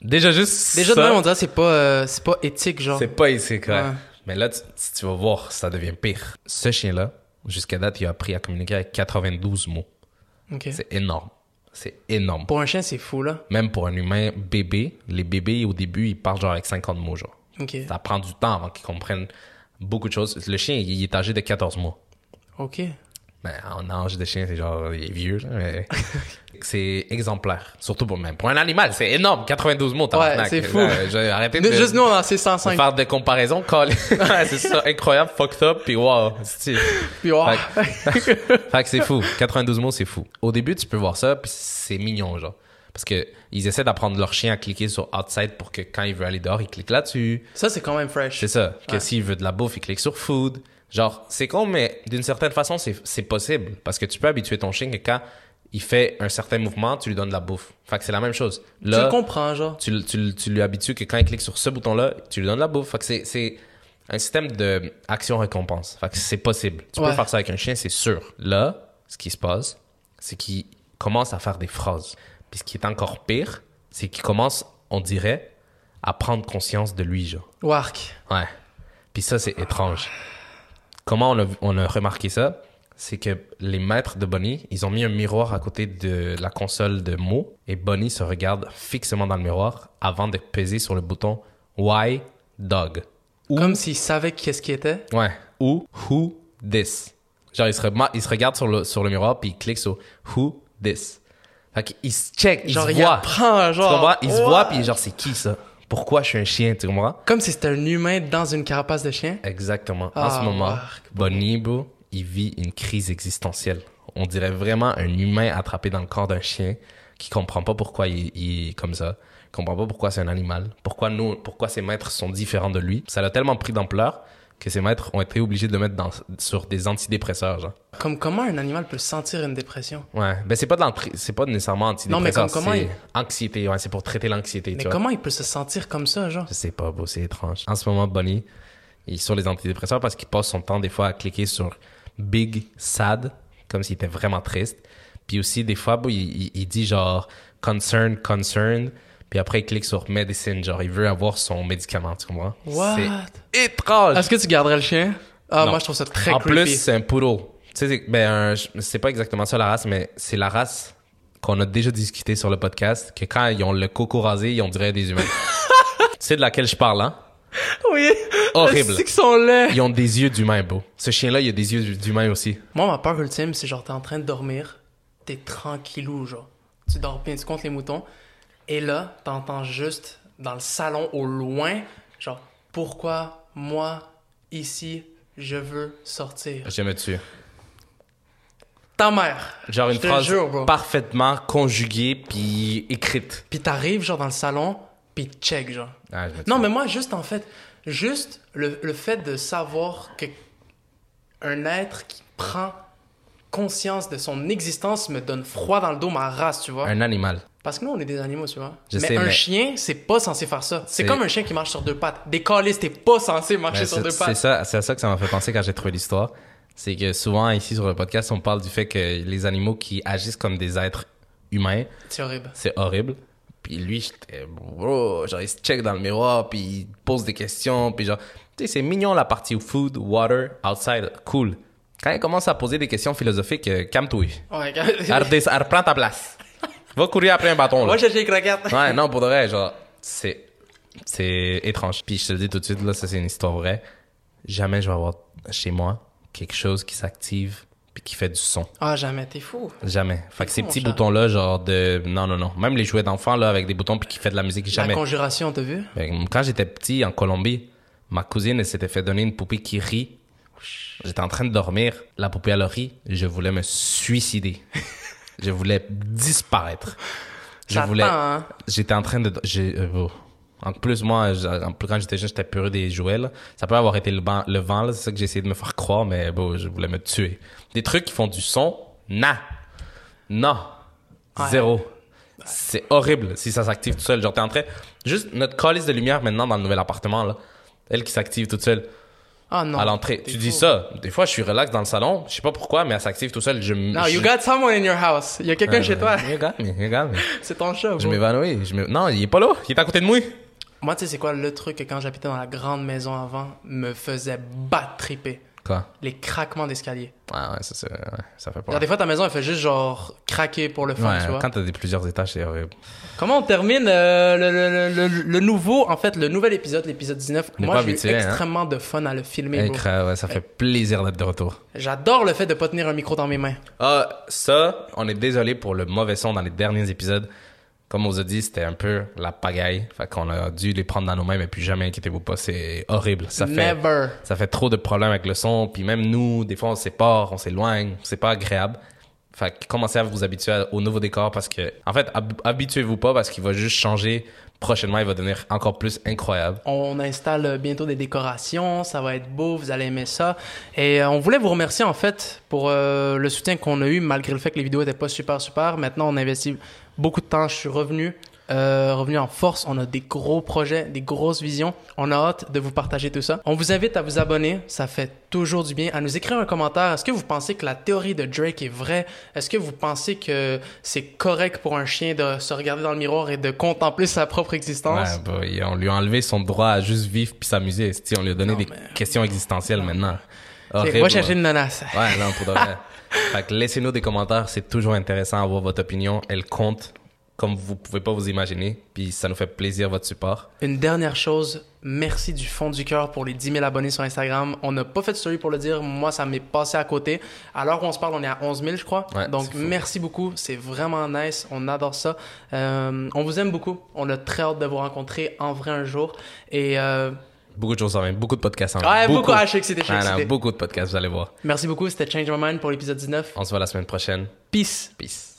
Déjà juste
Déjà, de
ça,
même, on dirait que c'est pas, euh, c'est pas éthique, genre.
c'est pas ici, quoi.
Ouais.
Mais là, tu, tu- tu vas voir, ça devient pire. Ce chien-là, jusqu'à date, il a appris à communiquer avec 92 mots.
Ok.
C'est énorme. C'est énorme.
Pour un chien, c'est fou, là.
Même pour un humain bébé, les bébés, au début, ils parlent genre avec 50 mots, genre.
Ok.
Ça prend du temps avant qu'ils comprennent beaucoup de choses. Le chien, il est âgé de 14 mois.
Ok.
ben, en ange de chien, c'est genre, il est vieux, là, mais c'est exemplaire. Surtout pour même. Pour un animal, c'est énorme. 92 mots, tabarnak.
c'est fou.
Là, J'ai arrêté de,
Juste nous, on en sait
de
105.
faire des comparaisons. Colin. Ouais, c'est ça, incroyable, fucked up, puis wow. c'est-
Puis, oh. wow.
Fait que c'est fou. 92 mots, c'est fou. Au début, tu peux voir ça, puis c'est mignon, genre. Parce que ils essaient d'apprendre leur chien à cliquer sur outside pour que quand il veut aller dehors, il clique là-dessus.
ça, c'est quand même fresh.
C'est ça. Que
Ouais.
s'il veut de la bouffe, il clique sur food. Genre, c'est con, mais d'une certaine façon, c'est c'est possible. Parce que tu peux habituer ton chien que quand il fait un certain mouvement, tu lui donnes de la bouffe. Fait que c'est la même chose.
Tu le
Là,
comprends, genre.
tu, le- tu, le- tu lui habitues que quand il clique sur ce bouton-là, tu lui donnes de la bouffe. Fait que c'est- c'est un système de action-récompense. Fait que c'est possible. Tu
Ouais.
peux faire ça avec un chien, c'est sûr. Là, ce qui se passe, c'est qu'il commence à faire des phrases. Puis ce qui est encore pire, c'est qu'il commence, on dirait, à prendre conscience de lui, genre.
Wark.
Ouais. Puis ça, c'est étrange. Comment on a, on a remarqué ça? C'est que les maîtres de Bonnie, ils ont mis un miroir à côté de la console de mots et Bonnie se regarde fixement dans le miroir avant de peser sur le bouton Why Dog?
Comme s'il savait qu'est-ce qu'il était.
Ouais. Ou Who This? Genre, ils se, rema- ils se regardent sur le, sur le miroir puis ils cliquent sur Who This? Fait qu'ils se checkent, ils
Genre,
se
il
voient.
apprend,
Tu comprends?
genre.
Ils se voient puis genre, c'est qui ça? Pourquoi je suis un chien? Tu comprends?
Comme si c'était un humain dans une carapace de chien.
Exactement.
Ah,
en ce moment,
Marc,
Bonnie, bro, il vit une crise existentielle. On dirait vraiment un humain attrapé dans le corps d'un chien qui comprend pas pourquoi il, il est comme ça, comprend pas pourquoi c'est un animal, pourquoi nous, pourquoi ses maîtres sont différents de lui. Ça l'a tellement pris d'ampleur que ses maîtres ont été obligés de le mettre dans, sur des antidépresseurs, genre.
Comme comment un animal peut sentir une dépression.
Ouais. Ben, c'est pas de l'antri- c'est pas nécessairement
Non, mais
antidépresseur.
comme comment
c'est Anxiété, ouais, c'est pour traiter l'anxiété,
Mais
tu vois.
comment il peut se sentir comme ça, genre?
Je sais pas, bro, c'est étrange. En ce moment, Bonnie, il est sur les antidépresseurs parce qu'il passe son temps des fois à cliquer sur Big Sad, comme s'il était vraiment triste. Puis aussi, des fois, bro, il, il- il dit genre Concerned, Concerned. Puis après, il clique sur Medicine, genre il veut avoir son médicament, tu comprends?
What?
C'est étrange!
Est-ce que tu garderais le chien? Ah,
Non.
moi, je trouve ça très
en
creepy.
plus, c'est un poodle. Tu sais, c'est- ben, un- je- c'est pas exactement ça la race, mais c'est la race qu'on a déjà discuté sur le podcast, que quand ils ont le coco rasé, ils ont dirait des humains. tu sais de laquelle je parle, hein?
oui.
Horrible.
C'est qu'ils sont laids.
Ils ont des yeux d'humain, beau. Ce chien-là, il a des yeux d'humain aussi.
Moi, ma peur ultime, c'est genre, t'es en train de dormir, t'es tranquillou, genre. Tu dors bien, tu comptes les moutons. Et là, t'entends juste dans le salon au loin, genre, pourquoi moi, ici, je veux sortir?
Je me tue.
Ta mère!
Genre une
Je te
phrase
jure, bro.
parfaitement conjuguée puis écrite.
Puis t'arrives, genre, dans le salon, puis check, genre.
Ah, je me tue.
Non, mais moi, juste en fait, juste le, le fait de savoir que un être qui prend conscience de son existence me donne froid dans le dos, ma race, tu vois.
Un animal.
Parce que nous, on est des animaux, tu vois.
Je
mais
sais,
un
mais-
chien, c'est pas censé faire ça. C'est
C'est-
comme un chien qui marche sur deux pattes. Des calices, t'es pas censé marcher
Mais
sur
C'est
deux
c'est
pattes.
ça, c'est à ça que ça m'a fait penser quand j'ai trouvé l'histoire. C'est que souvent, ici, sur le podcast, on parle du fait que les animaux qui agissent comme des êtres humains,
C'est horrible.
c'est horrible. Puis lui, j'étais, bro, genre, il se check dans le miroir, puis il pose des questions, puis genre, tu sais, c'est mignon la partie food, water, outside, cool. Quand il commence à poser des questions philosophiques, euh, calme-toi.
Ouais,
Ardes- ar- Prends ta place. Va courir après un bâton.
Moi,
Là.
j'ai les croquettes.
Ouais, non, pour de vrai, genre, c'est, c'est étrange. Puis je te le dis tout de suite, là, ça c'est une histoire vraie. Jamais je vais avoir chez moi quelque chose qui s'active puis qui fait du son.
Ah, jamais, t'es fou.
Jamais. Fait que ces
Mon
petits
chat.
boutons-là, genre de, non, non, non. Même les jouets d'enfants, là, avec des boutons puis qui fait de la musique,
La
jamais.
conjuration, t'as vu?
Fait que Ben, Quand j'étais petit en Colombie, ma cousine elle s'était fait donner une poupée qui rit. J'étais en train de dormir, la poupée elle rit, je voulais me suicider. je voulais disparaître. Je
Ça
voulais.
tend, hein?
J'étais en train de. j'ai- euh, oh. En plus, moi, j'- en plus, quand j'étais jeune, j'étais peureux des jouets. là. Ça peut avoir été le, ban- le vent, là, c'est ça que j'ai essayé de me faire croire, mais bon, je voulais me tuer. Des trucs qui font du son, nah. Non.
Ouais.
Zéro. C'est horrible si ça s'active tout seul. Genre, t'es en train. Juste notre colisse de lumière maintenant dans le nouvel appartement, là. Elle qui s'active toute seule
Ah non.
à l'entrée.
t'es
Tu dis
fou.
ça. Des fois, je suis relax dans le salon. Je sais pas pourquoi, mais elle s'active tout seul. Je m-
Non, you
je-
got someone in your house. Il y a quelqu'un
Ouais,
chez
ouais.
toi. Oh.
You got me, you got me.
C'est ton chat,
Je
bro.
m'évanouis. je m'é- Non, il est pas là. Il est à côté de moi.
Moi, tu sais, c'est quoi le truc que quand j'habitais dans la grande maison avant me faisait battre triper?
Quoi?
Les craquements d'escalier.
Ah ouais, ça, c'est- ouais, ça fait
Genre,
peur.
des fois, ta maison, elle fait juste genre craquer pour le fun,
Ouais,
tu vois.
quand t'as des plusieurs étages, c'est horrible.
Comment on termine euh, le, le- le- le- le nouveau, en fait, le nouvel épisode, l'épisode 19
On est
Moi,
pas
j'ai eu
habitué, hein.
extrêmement de fun à le filmer. bro.
Incroyable, Eh, ouais, ça fait plaisir d'être de retour.
J'adore le fait de pas tenir un micro dans mes mains.
Ah, ça, on est désolé pour le mauvais son dans les derniers épisodes. Comme on vous a dit, c'était un peu la pagaille. Fait qu'on a dû les prendre dans nos mains, mais puis jamais inquiétez-vous pas, c'est horrible. Ça fait,
Never.
ça fait trop de problèmes avec le son. Puis même nous, des fois, on se sépare, on s'éloigne. C'est pas agréable. Fait que commencez à vous habituer au nouveau décor parce que, en fait, hab- habituez-vous pas parce qu'il va juste changer. Prochainement, il va devenir encore plus incroyable.
On installe euh, bientôt des décorations, ça va être beau, vous allez aimer ça. Et euh, on voulait vous remercier en fait pour euh, le soutien qu'on a eu malgré le fait que les vidéos n'étaient pas super super. Maintenant, on investit beaucoup de temps, je suis revenu. euh, revenu en force, on a des gros projets, des grosses visions. On a hâte de vous partager tout ça. On vous invite à vous abonner, ça fait toujours du bien. À nous écrire un commentaire. Est-ce que vous pensez que la théorie de Drake est vraie Est-ce que vous pensez que c'est correct pour un chien de se regarder dans le miroir et de contempler sa propre
Ouais,
existence
bah, il- on lui a enlevé son droit à juste vivre puis s'amuser. Si on lui a donné
Non,
des
mais-
questions existentielles maintenant.
C'est-
Horrible,
Va
ouais.
chercher une menace.
Ouais, non, pour de vrai. fait que laissez-nous des commentaires, c'est toujours intéressant à voir votre opinion. Elle compte comme vous pouvez pas vous imaginer. Puis ça nous fait plaisir votre support.
Une dernière chose, merci du fond du cœur pour les 10 000 abonnés sur Instagram. On n'a pas fait de story pour le dire, moi ça m'est passé à côté. Alors qu'on se parle, on est à 11 000 je crois.
Ouais,
Donc
c'est fou.
merci beaucoup, c'est vraiment nice, on adore ça. Euh, on vous aime beaucoup, on a très hâte de vous rencontrer en vrai un jour. Et euh,
Beaucoup de choses en même, beaucoup de podcasts en même.
ouais, beaucoup, ah, je suis excité, je suis
Ah, non,
excité.
beaucoup de podcasts, vous allez voir.
Merci beaucoup, c'était Change My Mind pour l'épisode 19.
On se voit la semaine prochaine.
Peace
Peace.